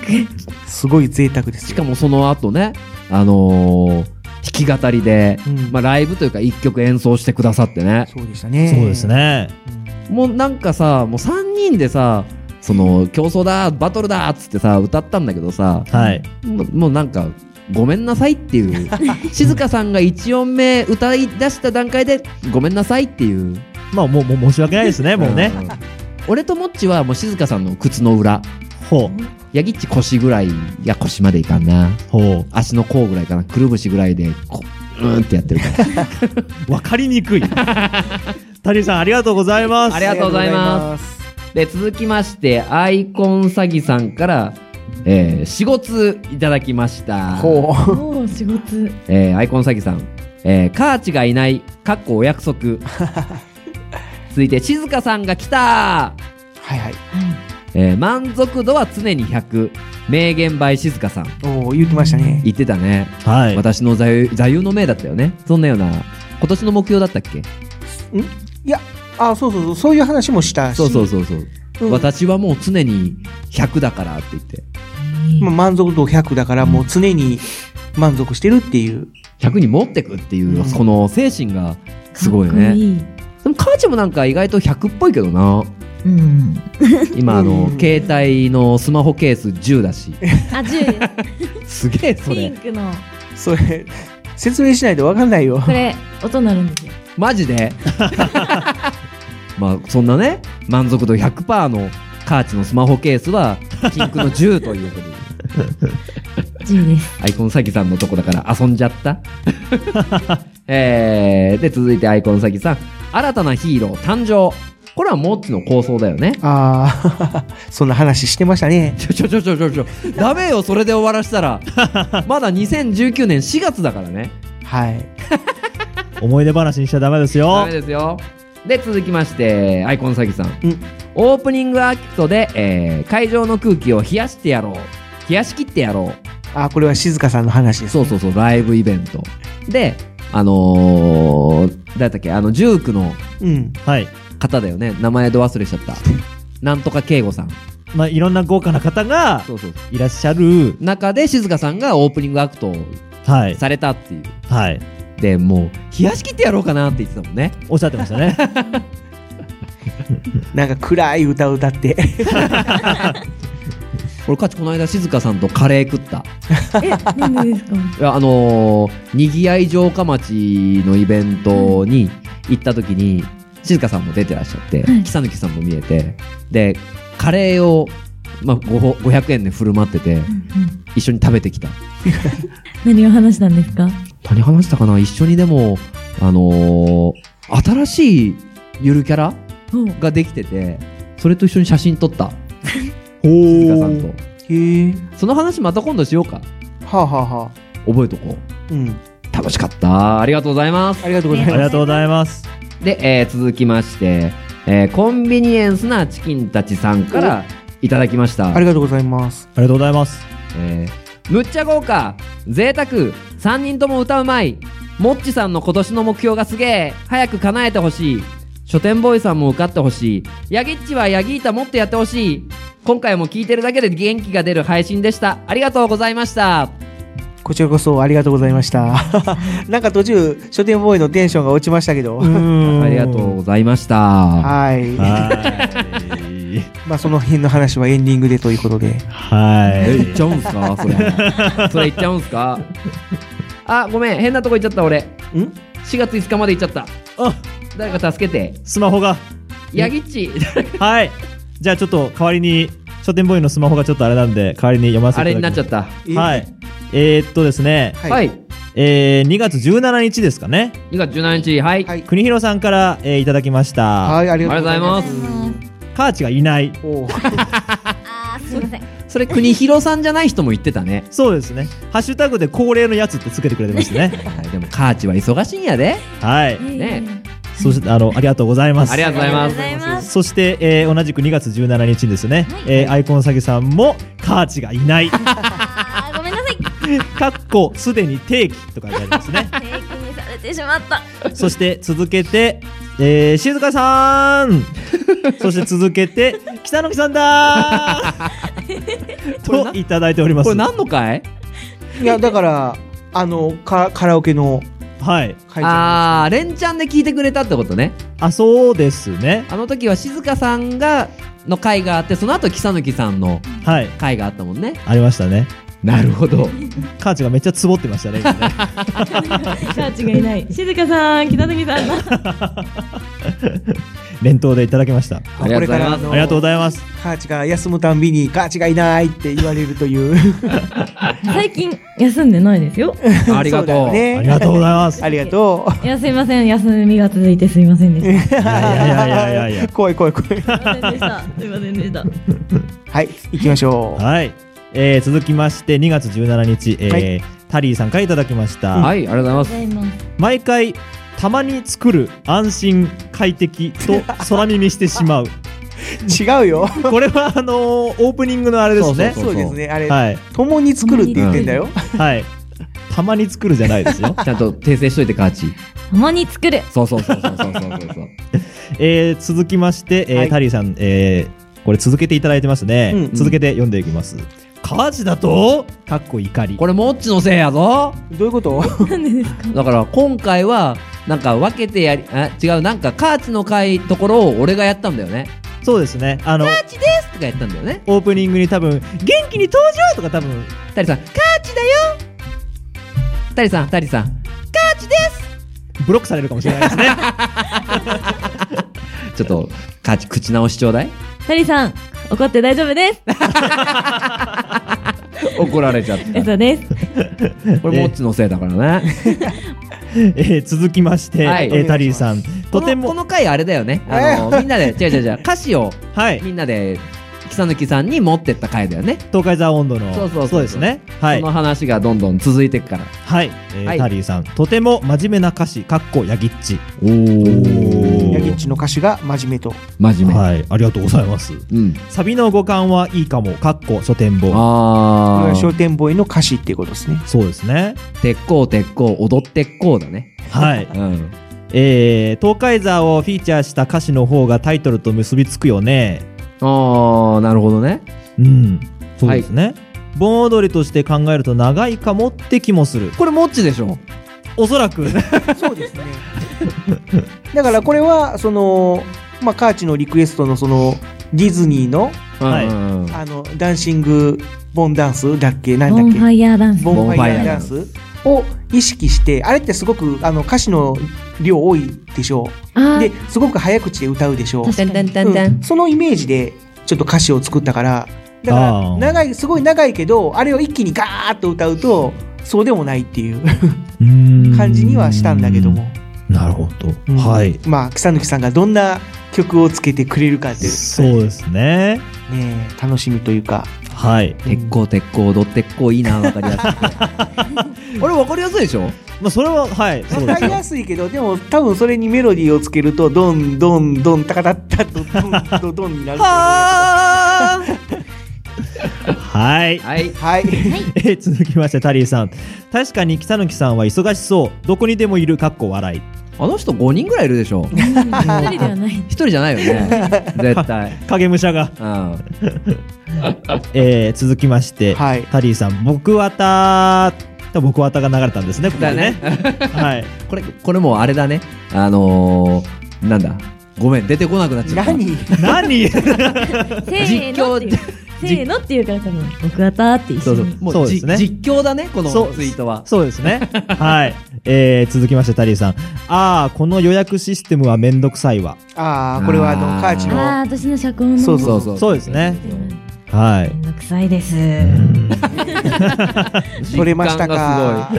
N: すごい贅沢です
D: しかもその後ねあのー弾き語りで、まあ、ライブというか一曲演奏してくださってねそう
N: でした
B: ねそうですね
D: もうなんかさもう3人でさその競争だバトルだっつってさ歌ったんだけどさ、
B: はい、
D: もうなんかごめんなさいっていう静香さんが1音目歌い出した段階でごめんなさいっていう
B: まあもうもう申し訳ないですねもうね
D: 俺ともっちはもう静香さんの靴の裏
B: ほう
D: ヤギっち腰ぐらいいや腰までいかんな
B: ほう
D: 足の甲ぐらいかなくるぶしぐらいでこううーんってやってるから
B: わかりにくい谷さんありがとうございます
D: ありがとうございますで続きましてアイコン詐欺さんから、えー、4ついただきました
A: おお仕事
D: えーアイコン詐欺さん、えーカーチがいない、かっこお約束。続いて、静香さんが来たはい
N: はい。
D: えー満足度は常に100。名言 by 静香さん。
N: おお言ってましたね
D: 言ってたね。
B: はい。
D: 私の座右座右の銘だったよね。そんなような、今年の目標だったっけ
N: んいやあそうそうそうそういう話もしたし
D: そうそうそうそう。
N: うん
D: 私はもう常に100だからって言って。
N: まあ、満足度100だからもう常に満足してるっていう
D: 100に持ってくっていう、この精神がすごいよね。でも、カーチもなんか意外と100っぽいけどな。
G: うん。
D: 今あの携帯のスマホケース10だし
A: あ10です
D: げえそ
A: ピ
D: れ
A: ンクの
N: それ説明しないと分かんないよ
A: こ
D: [laughs]
A: れ音鳴るんですよ
D: マジ [laughs] でまあそんなね満足度100%のカーチのスマホケースはピンクの10ということで
A: 10です
D: アイコン詐欺さんのとこだから遊んじゃった [laughs] えー、で続いてアイコン詐欺さん新たなヒーロー誕生これはモッチの構想だよね
N: ああ [laughs] そんな話してましたね
D: ちょちょちょちょちょちょダメよそれで終わらしたらまだ2019年4月だからね
N: はい
B: 思い出話にしちゃダメですよ
D: ダメですよで続きましてアイコン詐欺さん、オープニングアクトで、えー会場の空気を冷やしてやろう冷やしきってやろ
N: あこれは静香さんの話です
D: そうそうそうライブイベントうであのー、誰だったっけあのジュークの
N: うん
B: はい
D: 方だよね名前ど忘れしちゃったなんとか慶吾さん
B: まあいろんな豪華な方がいらっしゃる
D: 中で静香さんがオープニングアクトを
B: はい
D: されたっていう、
B: はい
D: でもう冷やしきってやろうかなって言ってたもんね
B: おっしゃってました
D: [laughs]
B: ね
N: なんか暗い歌を歌 [laughs] って
D: 俺かちこの間静香さんとカレー食った
G: え、なんでですか
D: いやあのー、にぎやい城下町のイベントに行った時に、静香さんも出てらっしゃって、
G: はい
D: 木佐きさんも見えて、で、カレーを、まあ、ごほ500円で振る舞ってて、一緒に食べてきた。
G: 何を話したんですか
D: 何話したかな一緒にでも、あのー、新しいゆるキャラができてて、それと一緒に写真撮
B: [laughs]
D: った。静香さんと。
N: へ
D: その話また今度しようか。
N: はあはあは
D: 覚えとこう。
N: あうん
D: 楽しかった。ありがとうございます。
N: ありがとうございます
B: ありがとうございます。
D: で、えー続きまして、えーコンビニエンスなチキンたちさんからいただきました。
N: ありがとうございます
B: ありがとうございます。
D: えーむっちゃ豪華贅沢 !3 人とも歌うまいもっちさんの今年の目標がすげえ早く叶えてほしい書店ボーイさんも受かってほしいヤギッチはヤギータもっとやってほしい今回も聞いてるだけで元気が出る配信でしたありがとうございました
N: こちらこそありがとうございました [laughs] なんか途中書店ボーイのテンションが落ちましたけど
D: ありがとうございました
N: [laughs] はいまあその辺の話はエンディングでということで
B: はい
D: え言っちゃうんすか [laughs] それそれ言っちゃうんすかあごめん変なとこ行っちゃった俺ん4月5日まで行っちゃった
B: あ
D: 誰か助けて
B: スマホが
D: ヤギッチ
B: はいじゃあちょっと代わりに書店ボーイのスマホがちょっとあれなんで代わりに読ませていただきます
D: あれになっちゃった
B: はいえー、っとですね
D: はい
B: えー、2月17日ですかね
D: 2月17日はい、
B: 国広さんから、えーいただきましたはい
N: あ
D: りがとうございますありがとう
B: カーチがいない
A: あすいません
D: それ国広さんじゃない人も言ってたね
B: [laughs] そうですねハッシュタグで恒例のやつってつけてくれてましたね
D: でもカー [laughs] チは忙しいんやで
B: はい
D: ね
B: そしてあのありがとうございます。
D: ありがとうございますありがとうございます
B: そして、えー同じく2月17日にですね、えーアイコン詐欺さんもカーチがい [laughs] ない。ごめんなさい。かっこすでに定期とか書いてありますね。
A: されてしまった。
B: そして続けて、えー、静香さんそして続けて北野木さんだーといただいておりますこれ何
D: の回
N: いやだからあのカカラオケの
B: はい
D: ああ、レンチャンで聞いてくれたってことね。
B: あ、そうですね。
D: あの時は静香さんが、の回があって、その後、木きさんの
B: はい
D: 回があったもんね。
B: ありましたね
D: なるほど
B: カーチがめっちゃツボってましたね今ね [laughs]
G: シャーチがいない。静香さん、北崎さ [laughs] ん。
B: 連投でいただきました
N: ありがとうございま
B: これか
N: す
B: らあのありがとうございます
N: カーチが休むたんびにカーチがいないって言われるという
G: 最近、休んでないですよ。
N: ありがとう [laughs] そうだねあり
B: がとうございます
N: [laughs] ありがと
G: いや、すいません。休みが続いてすいませんでした。
N: いやいやいやいやいや [laughs] 怖い怖い怖
G: [laughs] すい
N: い
G: ませんでした。
N: はい行きましょ
B: うはい、えー、続きまして2月17日、えー
G: はい
B: タリーさんからいただきました
D: はいありがとうございます
G: ありがとうございます。
B: 毎回たまに作る安心快適と空耳してしまう
N: 違うよ
B: これはあのーオープニングのあれですね
N: そうそうそうそうですねあれ
B: はい、
N: 共に作るって言ってんだよ
B: はいたまに作るじゃないです
Q: [laughs]
B: よ
D: ちゃんと訂正しといてカーチ
G: 共に作る。
D: そうそうそうそうそうそうそう
B: えー続きまして、えー
D: はい
B: タリーさん、えーこれ続けていただいてますね、
D: うん
B: 続けて読んでいきます火事だとかっこ怒り
D: これもっちのせいやぞ
N: どういうこと
D: だから今回はなんか分けてやりあ違うなんかカーチの回ところを俺がやったんだよね
B: そうですねあの
D: カーチですとかやったんだよね
B: オープニングに多分「元気に登場!」とか多分
D: タリさんカーチだよタリさんタリさん
T: カーチです
B: ブロックされるかもしれないですね
D: ちょっとカーチ口直しちょう [laughs] だい
G: タリさん、怒って大丈夫です。
D: [laughs] 怒られちゃった
G: そうです。
D: これもっちのせいだから [laughs] ね
B: えー続きまして、
D: はい
B: えータリーさん
D: とてもこのこの回あれだよねあの、
B: えー
D: みんなで違う違う違う歌詞を、
B: はい、
D: みんなで草抜きさんに持ってった回だよね
B: 東海ザ温度の
D: そうそうそう
B: そうですねはい
D: その話がどんどん続いていくから
B: はい、えー
D: はい
B: タリーさんとても真面目な歌詞かっこヤギッチ
D: おお
B: ヤ
N: ギッチの歌詞が真面目と
D: 真面目
B: はいありがとうございます、
D: うん、
B: サビの語感はいいかもかっこ書店本
D: あ
N: 商店ボーイの歌詞っていうことですね
B: そうですね
D: 鉄鋼鉄鋼踊ってっ [laughs] こうだね
B: はい、えー、東海ザをフィーチャーした歌詞の方がタイトルと結びつくよね
D: ああなるほどね
B: うんそうですね、盆踊りとして考えると長いかもって気もする
D: これもっちでしょ
B: おそらく
N: だからこれはそのまあカーチのリクエストのそのディズニーの、
D: はい
N: あのダンシングボンダンスだっけなん
G: ボ
N: だっ
G: ン
N: け
G: ファイヤーダンス。
N: ボンファイアダンスを意識してあれってすごくあの歌詞の量多いでしょうですごく早口で歌うでしょう
G: 確かに確かに
N: うんそのイメージでちょっと歌詞を作ったからだから長いすごい長いけどあれを一気にガーッと歌うとそうでもないっていう感じにはしたんだけども
B: なるほど、はい
N: まあ草貫さんがどんな曲をつけてくれるかっていう
B: そうですね
N: ねえ楽しみというか
B: はい
D: 鉄鋼鉄鋼踊ってっこういいなわかりやすくてこれわかりやすいでしょ
B: まあそれははい
N: わかりやすいけどでも多分それにメロディーをつけるとどんどんどんタカタッタッドドンドドンになる
B: はい
D: はい、
N: はい
B: [laughs] えー続きましてタリーさん確かに北貫さんは忙しそうどこにでもいるかっこ笑い
D: あの人5人ぐらいいるでし [laughs] ょ
G: 一人ではない。
D: 一人じゃないよ [laughs] ね絶対
B: 影武者が、えー続きまして、タリーさん僕わたと僕わたが流れたんですねここでねはい [laughs]
D: これこれもうあれだねあのー、なんだごめん出てこなくなっちゃった
N: 何
G: せ
B: 何
G: ーのっていう。せーのって言うから多分、僕はたーって一緒
B: そうそう
G: に。
B: もうそうですねじ
D: 実況だねこのツイートは
B: そうですねはい、えー続きましてタリーさんああこの予約システムはめんどくさいわ
N: ああこれはあのカーチ
G: ああ、
N: の
G: 私の社交の。
B: そうですねは
G: め
B: い
G: んどくさいです。
N: 取れましたか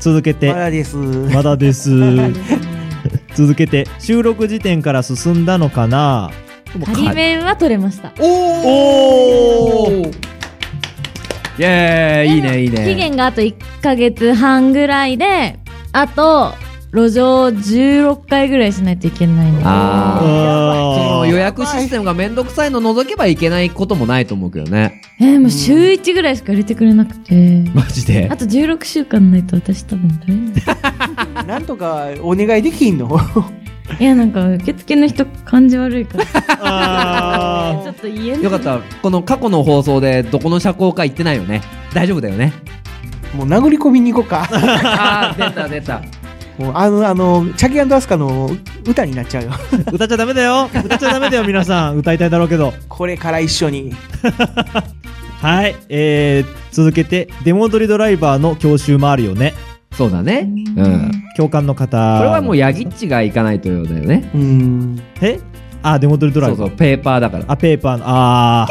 B: 続けて
N: まだです
B: ま
G: [laughs]
B: だです続けて収録時点から進んだのかな
G: 仮 [laughs] 面は取れました。
B: お
D: おイェーイいいねいいね
G: 期限があと1ヶ月半ぐらいで、あと、路上16回ぐらいしないといけないので。
D: ああの予約システムがめんどくさいの除けばいけないこともないと思うけどね。
G: えー、もう週1ぐらいしか入れてくれなくて。
D: [laughs] マジで
G: あ。と16週間ないと私多分大
A: [laughs]
G: 変だ。
N: なんとかお願いできんの [laughs]
G: いや、なんか受付の人感じ悪い
A: [laughs]
G: から。ちょっと言えない。
D: よかった。この過去の放送でどこの社交か行ってないよね。大丈夫だよね。
N: もう殴り込みに行こう
B: [laughs]
N: か
D: あー出た出 [laughs] た。
N: もうあのあのチャギアスカの歌になっちゃうよ
G: [laughs]
B: 歌っちゃダメだよ歌っちゃダメだよ皆さん歌いたいだろうけど
N: これから一緒に
B: はい、えー、続けて出戻りドライバーの教習もあるよね
D: そうだねうん
B: 教官の方
D: これはもうヤギッチが行かないとだよね。
N: うん。
B: えあ出戻りドライバー
D: そうそうペーパーだから
B: あペーパーのあ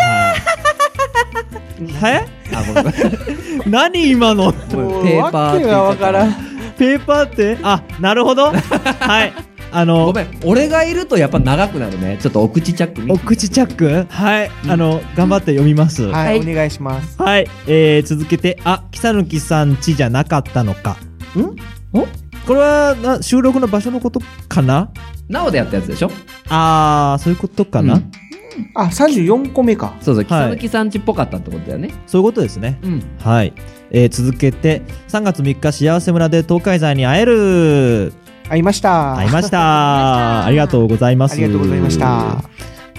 G: [laughs]
B: ーえ
D: あごめ [laughs] んごめん
B: 何今の [laughs]
D: [laughs] ペーパーって言っちゃったわけがわからん
B: ペーパーってあなるほどはいあの
D: ごめん俺がいるとやっぱ長くなるねちょっとお口チャック
B: お口チャックはい、あの頑張って読みます
N: は、
B: はい
N: お願いします
B: はい、えー、続けてあ木さぬきさんちじゃなかったのか
N: ん
B: これはな収録の場所のことかな
D: なおでやったやつでしょ
B: あーそういうことかな、
N: あ34個目か
D: そうそう北
B: はい
D: 抜きさんちっぽかったってことだよね、
B: そういうことですね
D: うん
B: はい、えー、続けて3月3日幸せ村で東海山に会える
N: 会いました
B: 会いましたありがとうございます
N: ありがとうございました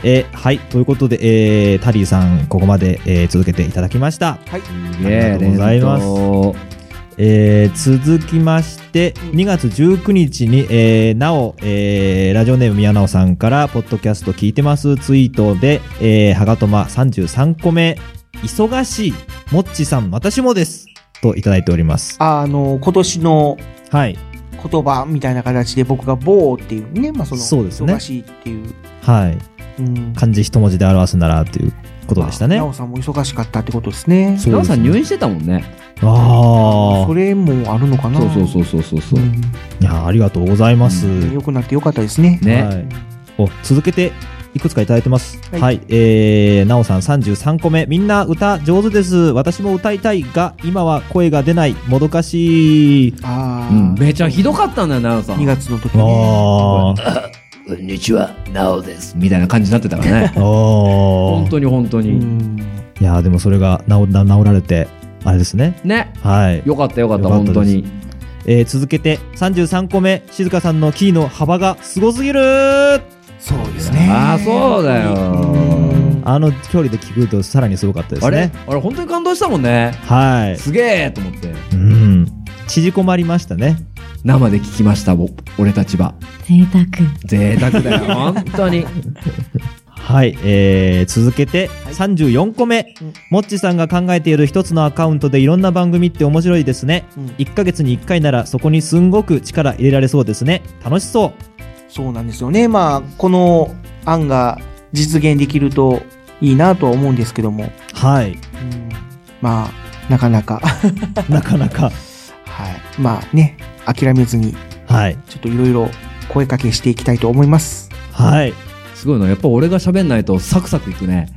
B: えーはいということで、えータリーさんここまで、えー続けていただきました
N: [laughs] はい
B: ありがとうございますえー続きまして2月19日に、えーなお、えーラジオネーム宮直さんから「ポッドキャスト聞いてます」ツイートで「えー、はがとま33個目忙しいもっちさん私もです」といただいております
N: ああの今年の
B: はい
N: 言葉みたいな形で僕が「棒」っていうね、まあ、その
B: そうですね
N: 忙しいっていう
B: はい、
N: うん
B: 漢字一文字で表すならということでしたね
N: なおさんも忙しかったってことですね
B: そうですねなおさん
D: 入院してたもんね
B: ああ
N: それもあるのかな
D: そうそうそうそうそうそう、
B: いやーありがとうございます、
N: 良くなってよかったですね
D: ね
B: はい、お続けていくつかいただいてますは、
N: はいい
B: えー、なおさん33個目みんな歌上手です私も歌いたいが今は声が出ないもどかしい
N: あ
D: うん、めちゃひどかったんだよ奈良さ
N: 2
D: ん
N: 月の時
B: あ
N: に、
B: ー
D: こんにちはなおですみたいな感じになってたからね
B: あ
D: 本
B: ー
D: 当に [laughs] 本当に、
N: うん
B: いやーでもそれが治な治られてあれですね
D: ね
B: はい、
D: よかったよかった
B: よかった
D: 本当に
B: えー、続けて33個目静香さんのキーの幅がすごすぎる
N: そうですね
D: ああそうだよ
B: あの距離で聞くとさらにすごかったですね
D: あれあれ本当に感動したもんね
B: はい
D: すげえと思って
B: うん縮こまりましたね
D: 生で聞きましたぼ俺たちは
G: 贅沢。
D: 贅沢だよ本当に
B: はい、えー、続けて34個目、もっちさんが考えている一つのアカウントでいろんな番組って面白いですね、
N: うん
B: 1ヶ月に1回ならそこにすんごく力入れられそうですね楽しそ
N: そうなんですよねまあこの案が実現できるといいなとは思うんですけども、
B: う
D: [laughs]
B: はい
N: うんまあなかなか
B: なかなか
N: はい [laughs] まあね諦めずに
B: はい
N: ちょっといろいろ声かけしていきたいと思います
B: はい
D: すごいなやっぱ俺が喋んないとサクサクいくね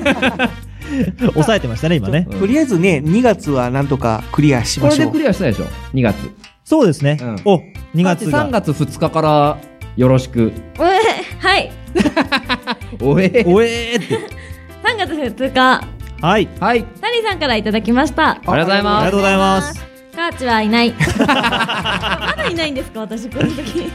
B: 抑えてましたね今ね
D: [laughs] うん
N: とりあえずね2月はなんとかクリアし
D: こ
N: ま
D: れ
N: し
D: で
N: ょう
D: クリアしたでしょ2月
B: そうですね、
D: うん
B: お2月
D: 3
B: が
D: 月2日からよろしく
A: うえはい
D: おえ
B: おえーって
G: 3月2日、
B: はい
D: はい
G: タリさんからいただきました。
D: ありがとうござい
B: あり
D: ま
B: が
D: す
B: とうございます
G: カーチはいない。まだいないんですか私、この時。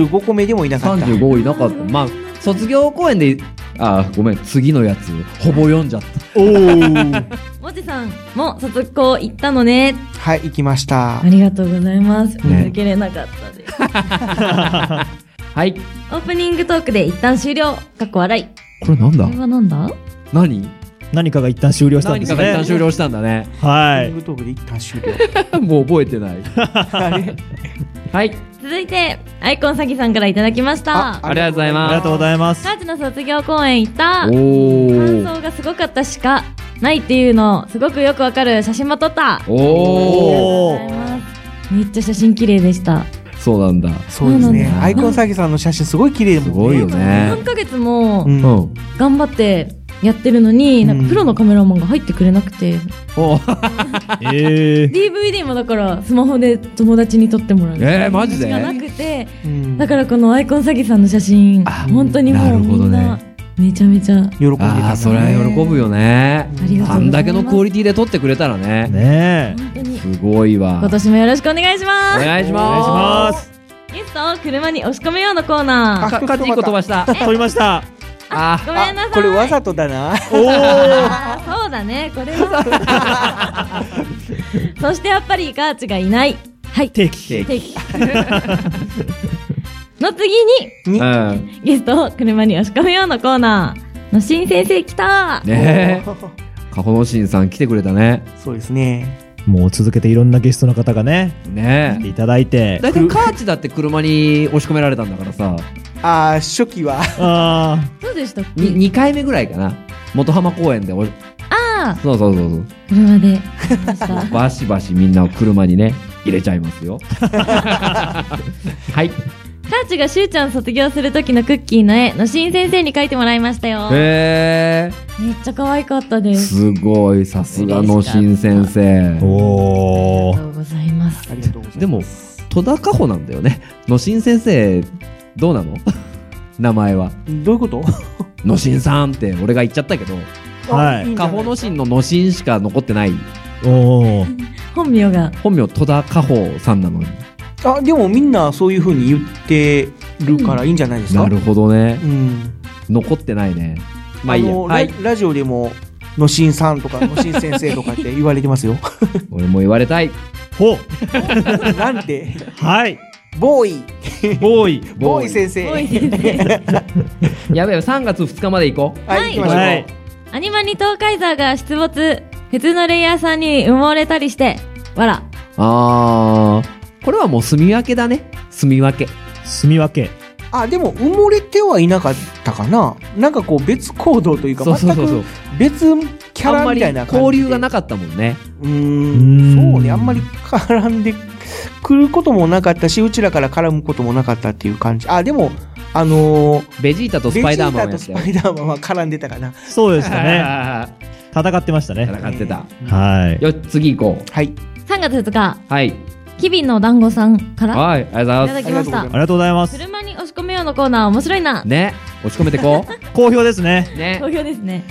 N: 35個目でもいなかった
D: 35位なかったまあ卒業公演であごめん次のやつほぼ読んじゃっ
B: おー
G: もちさんも卒校行ったのね。
N: はい行きました
G: ありがとうございます。
D: ね
G: 抜けれなかったです。
D: たはいこ
G: オープニングトークで一旦終了。かっこ笑い。
D: れなんだ
G: これはなんだ
D: 何
B: 何かが一旦終了したんで
D: 何
B: す
D: かが一旦
B: ね
D: 終了したんだ [laughs] ね
B: は
N: リン
B: い
N: グトークで一旦終 [laughs] 了
D: もう覚えてないはい
G: 続いて、アイコンサギさんからいただきました。
D: ありがとうござい
B: あり
D: ま
B: がとうございます
D: [laughs]
G: カーチの卒業公演行った
D: すお。
G: 感
D: ー
G: 想がすごかったしかないっていうのすごくよくわかる写真も撮った
D: おー
B: お
G: ありが
B: ー
G: とうございますめっちゃ写真綺麗でした
D: そうなんだ
N: そうですね
G: そうなんだ
N: アイコン詐欺さんの写真すごい綺麗だ
D: す
N: もん
D: ごいよね
G: 3ヶ月も
N: うん
D: うん
G: 頑張ってやってるのに、なんかプロのカメラマンが入ってくれなくて、
B: えー
G: DVD もだからスマホで友達に撮ってもらう
D: えーマジで
G: しかなくて、だからこのアイコン詐欺さんの写真本当にもうみんなめちゃめちゃ
N: 喜んで
D: たあーそれは喜ぶよね
G: ありがとうございます
D: んだけのクオリティで撮ってくれたらね
B: ね
D: すごいわ
G: 今年もよろしくお願いします
D: お願いします
G: ゲストを車に押し込めようのコーナー
D: あかカッチンコ飛ばした
B: 飛びま
D: [laughs]
B: した
D: あ
G: ごめんなさい
N: これわざとだな。
G: あーそうだねこれはそしてやっぱりガーチがいないはい
B: 定期
G: 定期の次に
D: うん
G: ゲストを車に押し込めようのコーナーの新先生来た
D: ねえかほのしんさん来てくれたね
N: [laughs] そうですね
B: もう続けていろんなゲストの方がね
D: ね
B: 来ていただいて
D: だいたいカーチだって車に押し込められたんだからさ
N: ああ初期は
B: あ
G: どうでしたっけ
D: 2回目ぐらいかな元浜公園でお
G: ああ
D: そうそうそうそう
G: 車で
D: バシバシみんなを車にね入れちゃいます [laughs] よはい
G: カーチがしゅうちゃん卒業する時のクッキーの絵の新先生に描いてもらいましたよめっ
D: へえ
G: ちゃ可愛かったです
D: すごいさすがの新先生
B: おお
G: ございます
D: でも戸田佳穂なんだよねの新先生どうなの名前は
N: どういうこと
D: のしんさんって俺が言っちゃったけど
B: はい
D: 佳穂のしんののしんしか残ってない
B: おお
G: 本名が
D: 本名戸田佳穂さんなのに
N: あでもみんなそういうふうに言ってるからいいんじゃないですか、
D: なるほどね、
N: うん、
D: 残ってないねまあ
N: あ
D: いいや
N: の、
D: はい
N: ララジオでも「のしんさん」とか「のしん先生」とかって言われてます
D: [laughs]
N: よ
D: 俺も言われたい
B: ほう
N: なんて
B: はい
N: ボーイ
B: ボーイ
N: ボーイ先生
G: ボーイ先
D: やべえ3月2日まで行こう
N: は
G: 行
N: い
G: きましょうはいアニマニ東海座が出没普通のレイヤーさんに埋もれたりしてわら
D: あーこれはもう住み分けだね住み分け
B: 住み分け
N: あでも埋もれてはいなかったかななんかこう別行動というか
D: そうそうそうそう
N: 全く別キャ
D: あん
N: ラ
D: まり
N: みたいな感じで
D: 交流がなかったもんね
N: うーんそうねあんまり絡んでくることもなかったしうちらから絡むこともなかったっていう感じあでもあのー
D: ベジータとスパイダーマン
N: ベ
D: や
N: ジ
D: った
N: ータと
D: よ
N: スパイダーマンは絡んでた
D: [laughs]
N: かな
B: そうでしたね
D: ね
B: 戦ってましたね
D: 戦ってた
B: はい
D: よ次行こう
N: はい
G: 3月2日
D: はい
G: 機敏の団子さんから
D: はいありがとうござい
G: いた
D: ま
G: だきました
B: ありがとうございます
G: 車に押し込めようのコーナー面白いな、
D: すね落ち込めてこう
B: 好評ですね
D: [laughs] ね
G: 好評ですね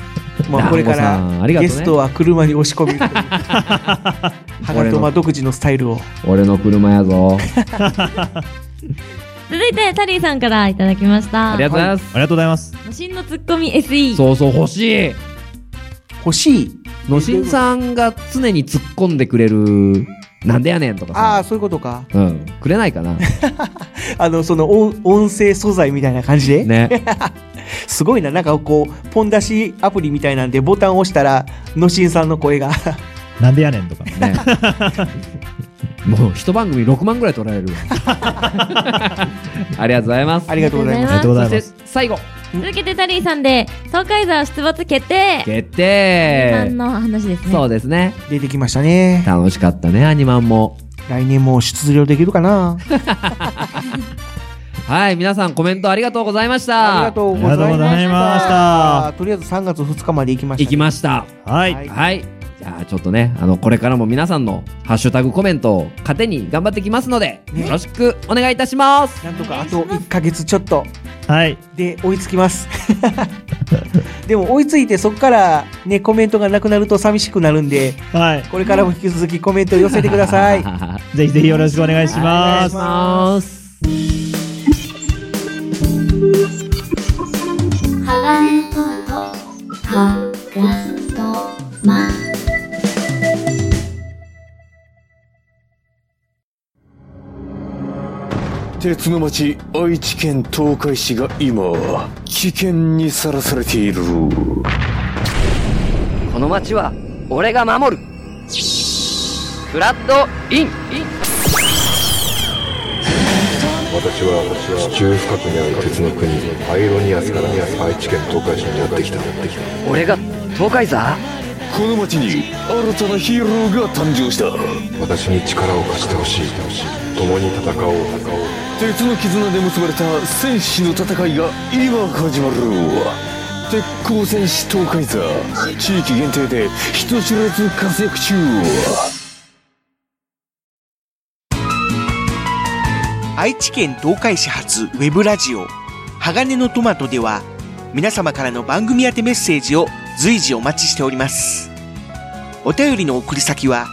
N: まあ、これか
D: ダンゴさんあり
N: ら
D: がと
N: ゲ
D: うね
N: ストは車に押し込
D: [laughs]
N: みハガトマ独自のスタイルを
D: 俺の車やぞ
G: 続いてタリーさんからいただきました
D: ありがとうございます
B: ありがとうございます
G: 無心のツッコミ SE
D: そうそう欲しい
N: 欲しい
D: のしんさんが常に突っ込んでくれるなんでやねんとか
N: ああ
D: さ
N: そういうことか
D: うんくれないか
N: [laughs]
D: な
N: あのその音音声素材みたいな感じで、
D: ね
N: すごいななんかこうポン出しアプリみたいなんでボタンを押したらのしんさんの声が
B: なんでやねんとか
D: ねもう一番組6万ぐらい取ら
N: [laughs]
D: れるわありがとうございます
N: ありがとうございま
B: あ
N: す
B: りがとうございます
D: そして最後
G: 続けてタリーさんで東海座出没決定
D: 決
G: さ
D: 定
G: んの話ですね
D: そうですね
N: 出てきましたね
D: 楽しかったねアニマンも
N: 来年も出場できるかな
D: はい皆さんコメントありがとうございまし
N: あ
D: た
N: りがとうございました
B: ありがとうございました
N: あーとりあえず3月2日まで行きました
D: 行きました
B: はい
N: はい
D: はいじゃあちょっとねあのこれからも皆さんのハッシュタグコメントを糧に頑張ってきますのでよろしくお願いいたします
N: なんとかあと1ヶ月ちょっと
B: はい
N: で追いつきます [laughs] でも追いついてそこからねコメントがなくなると寂しくなるんで
B: はい
N: これからも引き続きコメント寄せてください
B: ぜひぜひよろしくお願いし
N: お願
B: ま
N: いし
B: す
D: ます
T: 鉄の町愛知県東海市が今危険にさらされている
U: この街は俺が守るフラッドイン
V: 私は地中深くにある鉄の国アイロニアスから愛知県東海市にやってきた
U: 俺が東海座
T: この町に新たなヒーローが誕生した
V: 私に力を貸してほしい共に戦おう
T: 鉄の絆で結ばれた戦士の戦いが今始まる鉄鋼戦士東海座地域限定で人知れず活躍中
W: 愛知県東海市発ウェブラジオ鋼のトマトでは皆様からの番組宛てメッセージを随時お待ちしておりますお便りの送り先は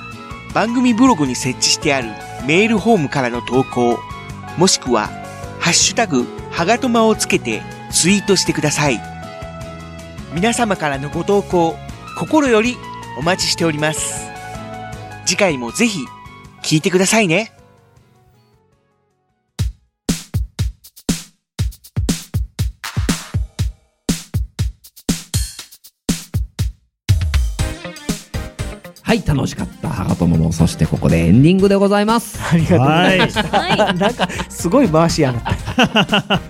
W: 番組ブログに設置してあるメールホームからの投稿もしくは「ハッシュタグはがとま」をつけてツイートしてください皆様からのご投稿心よりお待ちしております次回もぜひ聞いてくださいね
D: はい、楽しかった、ハガトモも、そしてここでエンディングでございます。
N: ありがとうございま
D: した。
N: なんかすごい回しやがった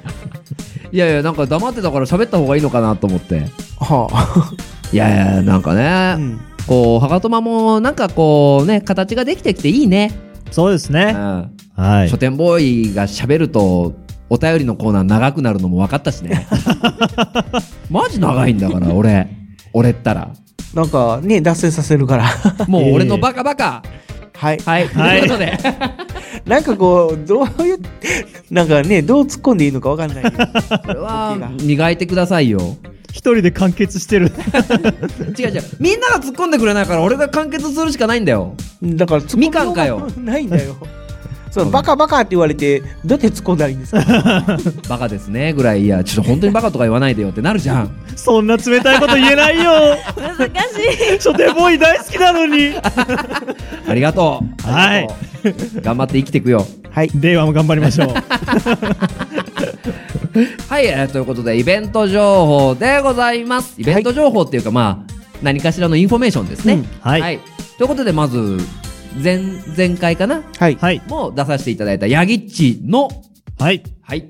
D: いやいや、なんか黙ってたから喋った方がいいのかなと思って。
N: はあ。 [laughs]
D: いやいや、なんかね、こう、ハガトマも、なんかこうね、形ができてきていいね。
B: そうですね。はい。
D: 書店ボーイが喋ると、お便りのコーナー長くなるのも分かったし [laughs] ね。マジ長いんだから、俺。 [laughs] 俺ったら。
N: なんかね脱線させるから [laughs]
D: もう俺のバカバカ。
N: はい
D: はい。ということで。
N: なんかこうどういうなんかねどう突っ込んでいいのかわかんない
D: これは磨いてくださいよ。
B: 一人で完結してる。
D: 違う違う。みんなが突っ込んでくれないから、俺が完結するしかないんだよ。
N: だから、
D: みかんかよ。
N: ないんだよそうバカバカって言われてどうやって突っ込んだらいいんですか
D: バカですね、ぐらい。いや、ちょっと本当にバカとか言わないでよってなるじゃん。
B: [laughs] そんな冷たいこと言えないよ。難
G: し
B: い。書店ボーイ大好きなのに。
D: [laughs] ありがとう。
B: はい。
D: 頑張って生きていくよ。
N: はい。
B: 令和も頑張りましょう。
D: はい、えーということで、イベント情報でございます。イベント情報っていうか、まあ、何かしらのインフォメーションですね。はい、ということで、まず、前、前回かな
N: はい。
D: もう出させていただいた、ヤギッチの、
B: はい。
D: はい。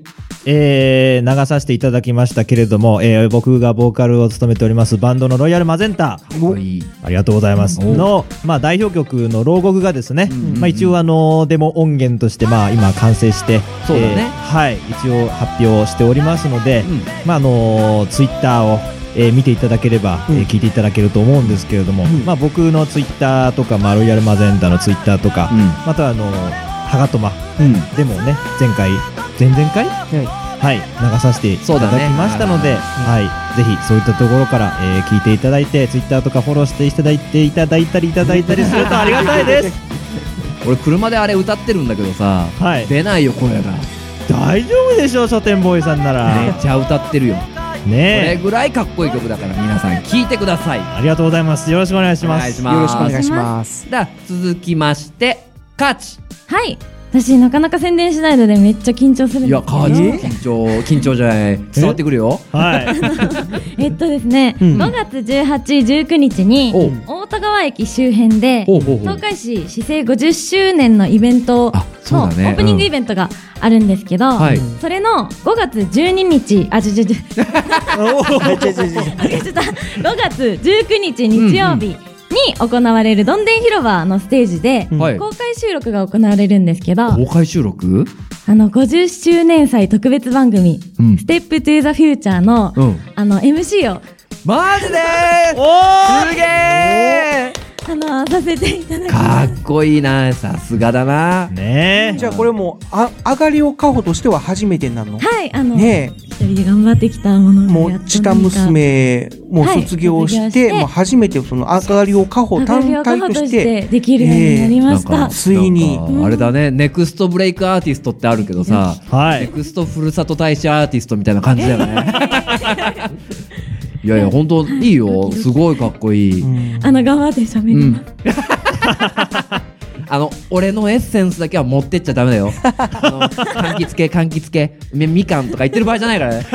B: えー、流させていただきましたけれども、えー僕がボーカルを務めておりますバンドのロイヤルマゼンタありがとうございますの、まあ、代表曲の牢獄がですね、まあ、一応あのデモ音源としてまあ今完成して
D: そうだね
B: えーはい、一応発表しておりますので、まああのツイッター Twitter を、えー見ていただければ、えー聞いていただけると思うんですけれども、まあ、僕のツイッターとか、まあ、ロイヤルマゼンタのツイッターとか、またあのハガトマでもね前回前々回、はい、流させていただきましたので、はい、ぜひそういったところから、えー聞いていただいてツイッターとかフォローしていただいていただいたりいただいたりするとありがたいです
D: 俺、車であれ歌ってるんだけどさ、出ないよ、声が。
B: 大丈夫でしょ書店ボーイさんなら
D: めっちゃ歌ってるよ。
B: ね
D: これぐらいかっこいい曲だから、皆さん聞いてください。
B: ありがとうございますよろしくお願いします
D: よろしくお願いします。だ続きまして、カーチ。
G: はい私なかなか宣伝しないのでめっちゃ緊張するんですけど
D: いや、カーチ、緊張、緊張じゃない。伝わってくるよ。
B: はい。
G: えっとですね、
D: うん
G: 5月18、19日に
D: おう
G: 大田川駅周辺で
D: ほうほうほう
G: 東海市市政50周年のイベント
D: そう
G: のオ
D: だね
G: ープニングイベントがあるんですけど、
D: うんはい
G: それの5月12日あじゅじゅじゅ5月19日日曜日に行われるどんでん広場のステージで、
D: はい
G: 公開収録が行われるんですけど、
D: 公開収録
G: あの50周年祭特別番組、
D: うん
G: ステップトゥーザフューチャーの、
D: うん
G: あの MC を
D: マジでーすげえ
G: あのさせていただき
D: かっこいいな、さすがだな。
B: ね
N: じゃあこれもうあ上がりをカホとしては初めてなの
G: はいあの、
N: ねえ
G: 一人で頑張ってきたものもう
N: 下娘もう卒業して,、
G: はい卒業して
N: もう初めてその上がりをカホ単体として
G: できるようになりました、
N: ついに
D: あれだね、ネクストブレイクアーティストってあるけどさ、ネクストふるさと大使アーティストみたいな感じだよね。いやいや、本当いいよ。すごいかっこいい。
G: [laughs] あの頑張って喋ります、
D: あの、俺のエッセンスだけは持ってっちゃダメだよ。あの、柑橘系、柑橘系、みみかんとか言ってる場合じゃな
G: [laughs]
D: いからね。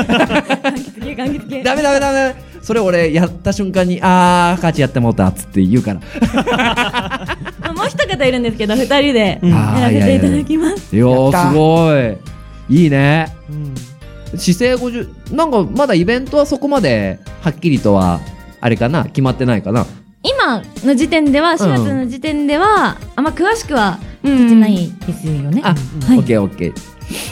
D: ダメダメダメ。それ俺やった瞬間に、あー、カチやってもうたっつって言うから。
G: もう一方いるんですけど二人で
D: うん
G: やらせていただきます、
D: いやー、すごい。いいね。姿勢50、なんかまだイベントはそこまではっきりとは、あれかな、決まってないかな。
G: 今の時点では
D: ん
G: 4月の時点では、あんま詳しくは聞いてないですよね、あ
D: オッケーオッケー。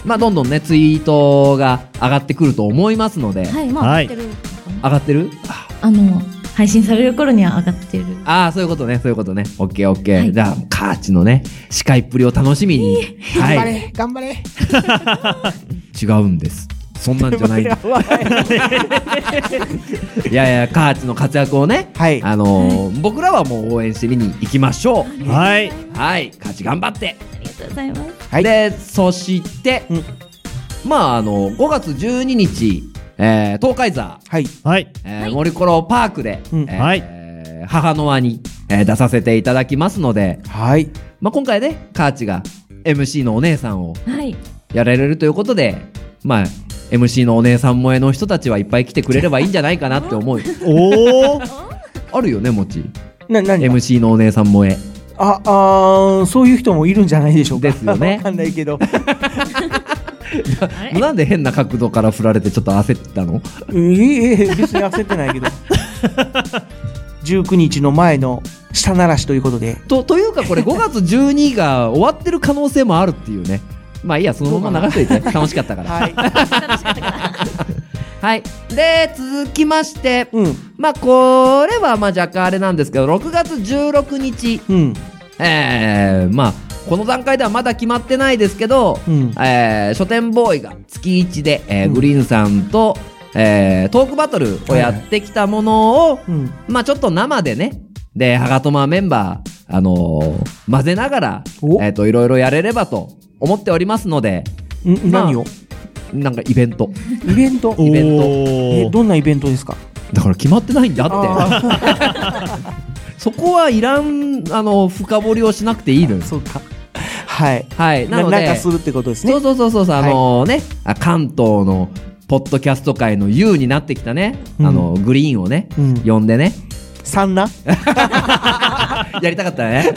D: まあ、どんどんね、ツイートが上がってくると思いますので。
G: はいまあ、はい、知ってる
D: 上がってる
G: あの配信される頃には上がってる
D: ああ、そういうことね、そういうことね。オッケーオッケー。じゃあ、カーチのね、司会っぷりを楽しみに。
N: 頑張
D: はい。
N: れ、頑張れ。
D: 違うんです。そんなんじゃないんだ。いやいや、カーチの活躍をね、あのー僕らはもう応援して見に行きましょう。はい。はい、カーチ頑張って。
G: ありがとうございます
D: で、そして、まあ、あの、5月12日、えー東海座、
N: はい。
D: はい。えー森コロパークで、はい。母の輪に、えー出させていただきますので、
N: はい。
D: まあ、今回ね、カーチが MC のお姉さんを
G: はい
D: やられるということで、まあ、MC のお姉さん萌えの人たちはいっぱい来てくれればいいんじゃないかなって思う。おおあるよね、もち。
N: な、何
D: ?MC のお姉さん萌え。
N: あ、あーそういう人もいるんじゃないでしょうか。です
D: よね
N: [laughs] わかんないけど。
D: なんで変な角度から振られてちょっと焦ったの
N: ええ別に焦ってないけど。19日の前の下ならしということで。
D: とというか [laughs] これ5月12日が終わってる可能性もあるっていうねまあいいやそのまま流しといて楽しかったから [laughs] はい、で続きまして、まあこれはまあ若干あれなんですけど6月16日、
N: [laughs]
D: えーまあこの段階ではまだ決まってないですけど、えー書店ボーイが月1で、えーグリーンさんと、えートークバトルをやってきたものを、まあちょっと生でねで、ハガトマメンバー、あのー混ぜながら、えっ、と、いろいろやれればと思っておりますので、何をなんかイベント。
N: イベント
D: イベント。
N: えどんなイベントですか
D: だから決まってないんだって。 [laughs] そこはいらん、あの、深掘りをしなくていいのよ。そうか。
N: はい。
D: はい。なの
N: な
D: で、
N: なんかするってことですね。
D: そうそうそうそうそう、あのね、あ関東のポッドキャスト界の U になってきたね、あの、グリーンをね、呼んでね。
N: サンナ
D: やりたかった [laughs] ね。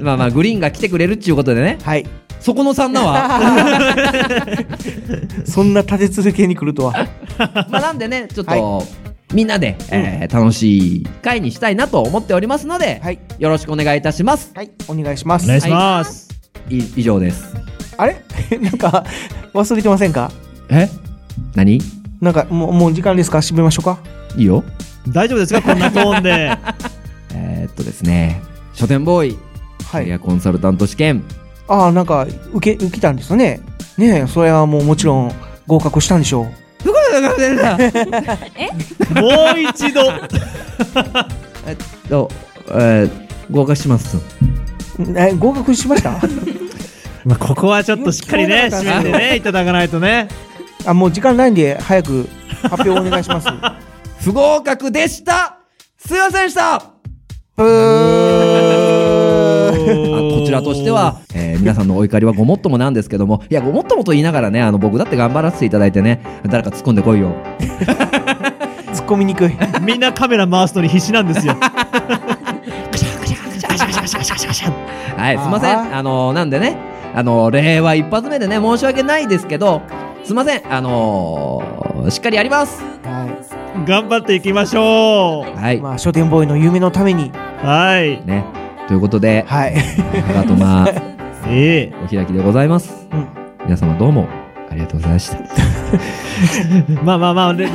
D: まあまあ、グリーンが来てくれるっていうことでね。
N: はい。
D: そこのサンナ [laughs] は
N: そんな立て続けに来るとは。
D: まあなんでね、ちょっと、みんなで、えー楽しい会にしたいなと思っておりますので、よろしくお願いいたします。
N: はい、お願いします。
D: お願いします。い、以上です。
N: あれ [laughs] なんか、忘れてませんか
D: え何
N: なんか、もう、もう時間ですか締めましょうか
D: いいよ。
B: 大丈夫ですかこんなトーンで。
D: えーっとですね、書店ボーイ、キャリアコンサルタント試 [laughs] 験、
N: ああ、なんか、受け、受けたんですよね。ねえ、それはもうもちろん合格したんでしょう。
D: どこで学生だ
B: もう一度。
D: どうえー合格します
N: え合格しました
B: まあ、ここはちょっとしっかりね、
N: 今日
B: 締めてね、いただかないとね。
N: あ、もう時間ないんで、早く発表お願いします。
D: 不合格でしたすいませんでしたあこちらとしては、えー皆さんのお怒りはごもっともなんですけどもいやごもっともと言いながらねあの僕だって頑張らせていただいてね誰か突っ込んでこいよ
N: 突っ込みにくい
B: みんなカメラ回すのに必死なん
D: [laughs]
B: ですよ。
D: はいすいませんあのなんでねあの令和一発目でね申し訳ないですけどすいませんあのしっかりやります
B: 頑張っていきましょ
D: うはい
N: まあ書店ボーイの夢のために
B: はい
D: ねということで
N: はい
D: あとまあ
B: [laughs]
D: お開きでございます、皆様どうもありがとうございました
B: まあまあまあ、れれ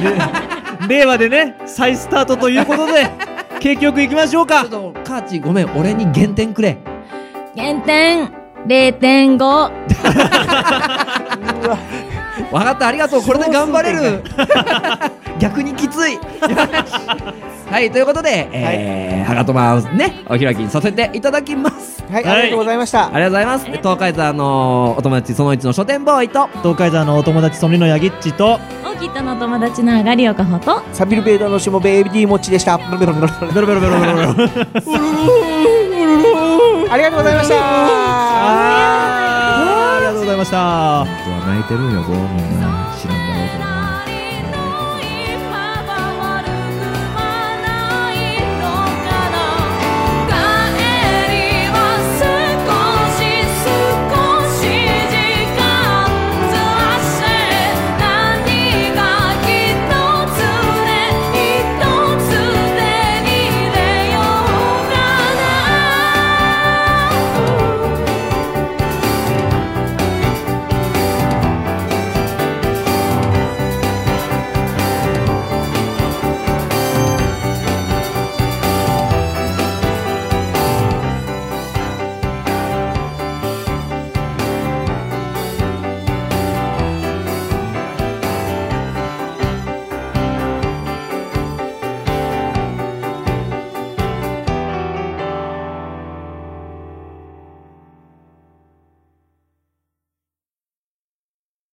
B: [laughs] 令和でね、再スタートということ [laughs] で、景気よくいきましょうか。
D: カーチ、ごめん、俺に減点くれ。
G: 減点0.5
D: わかったありがとうこれで頑張れる [laughs] 逆にきつい [laughs] はいということで、えーはがとまねお開きにさせていただきます
N: はいありがとうございました、
D: ありがとうございますで東海座のお友達その一の書店ボーイと
B: 東海座のお友達ソニのヤギッチと
G: 大きいとのお友達の上がりおかほと
N: サビルベイドのしもベイビーモッチでしたベロベロベロ
B: ベロベロベロベロベロ
N: ありがとうございました
B: ありがとうございました。
D: 泣いてるよもう知らんだろうけどね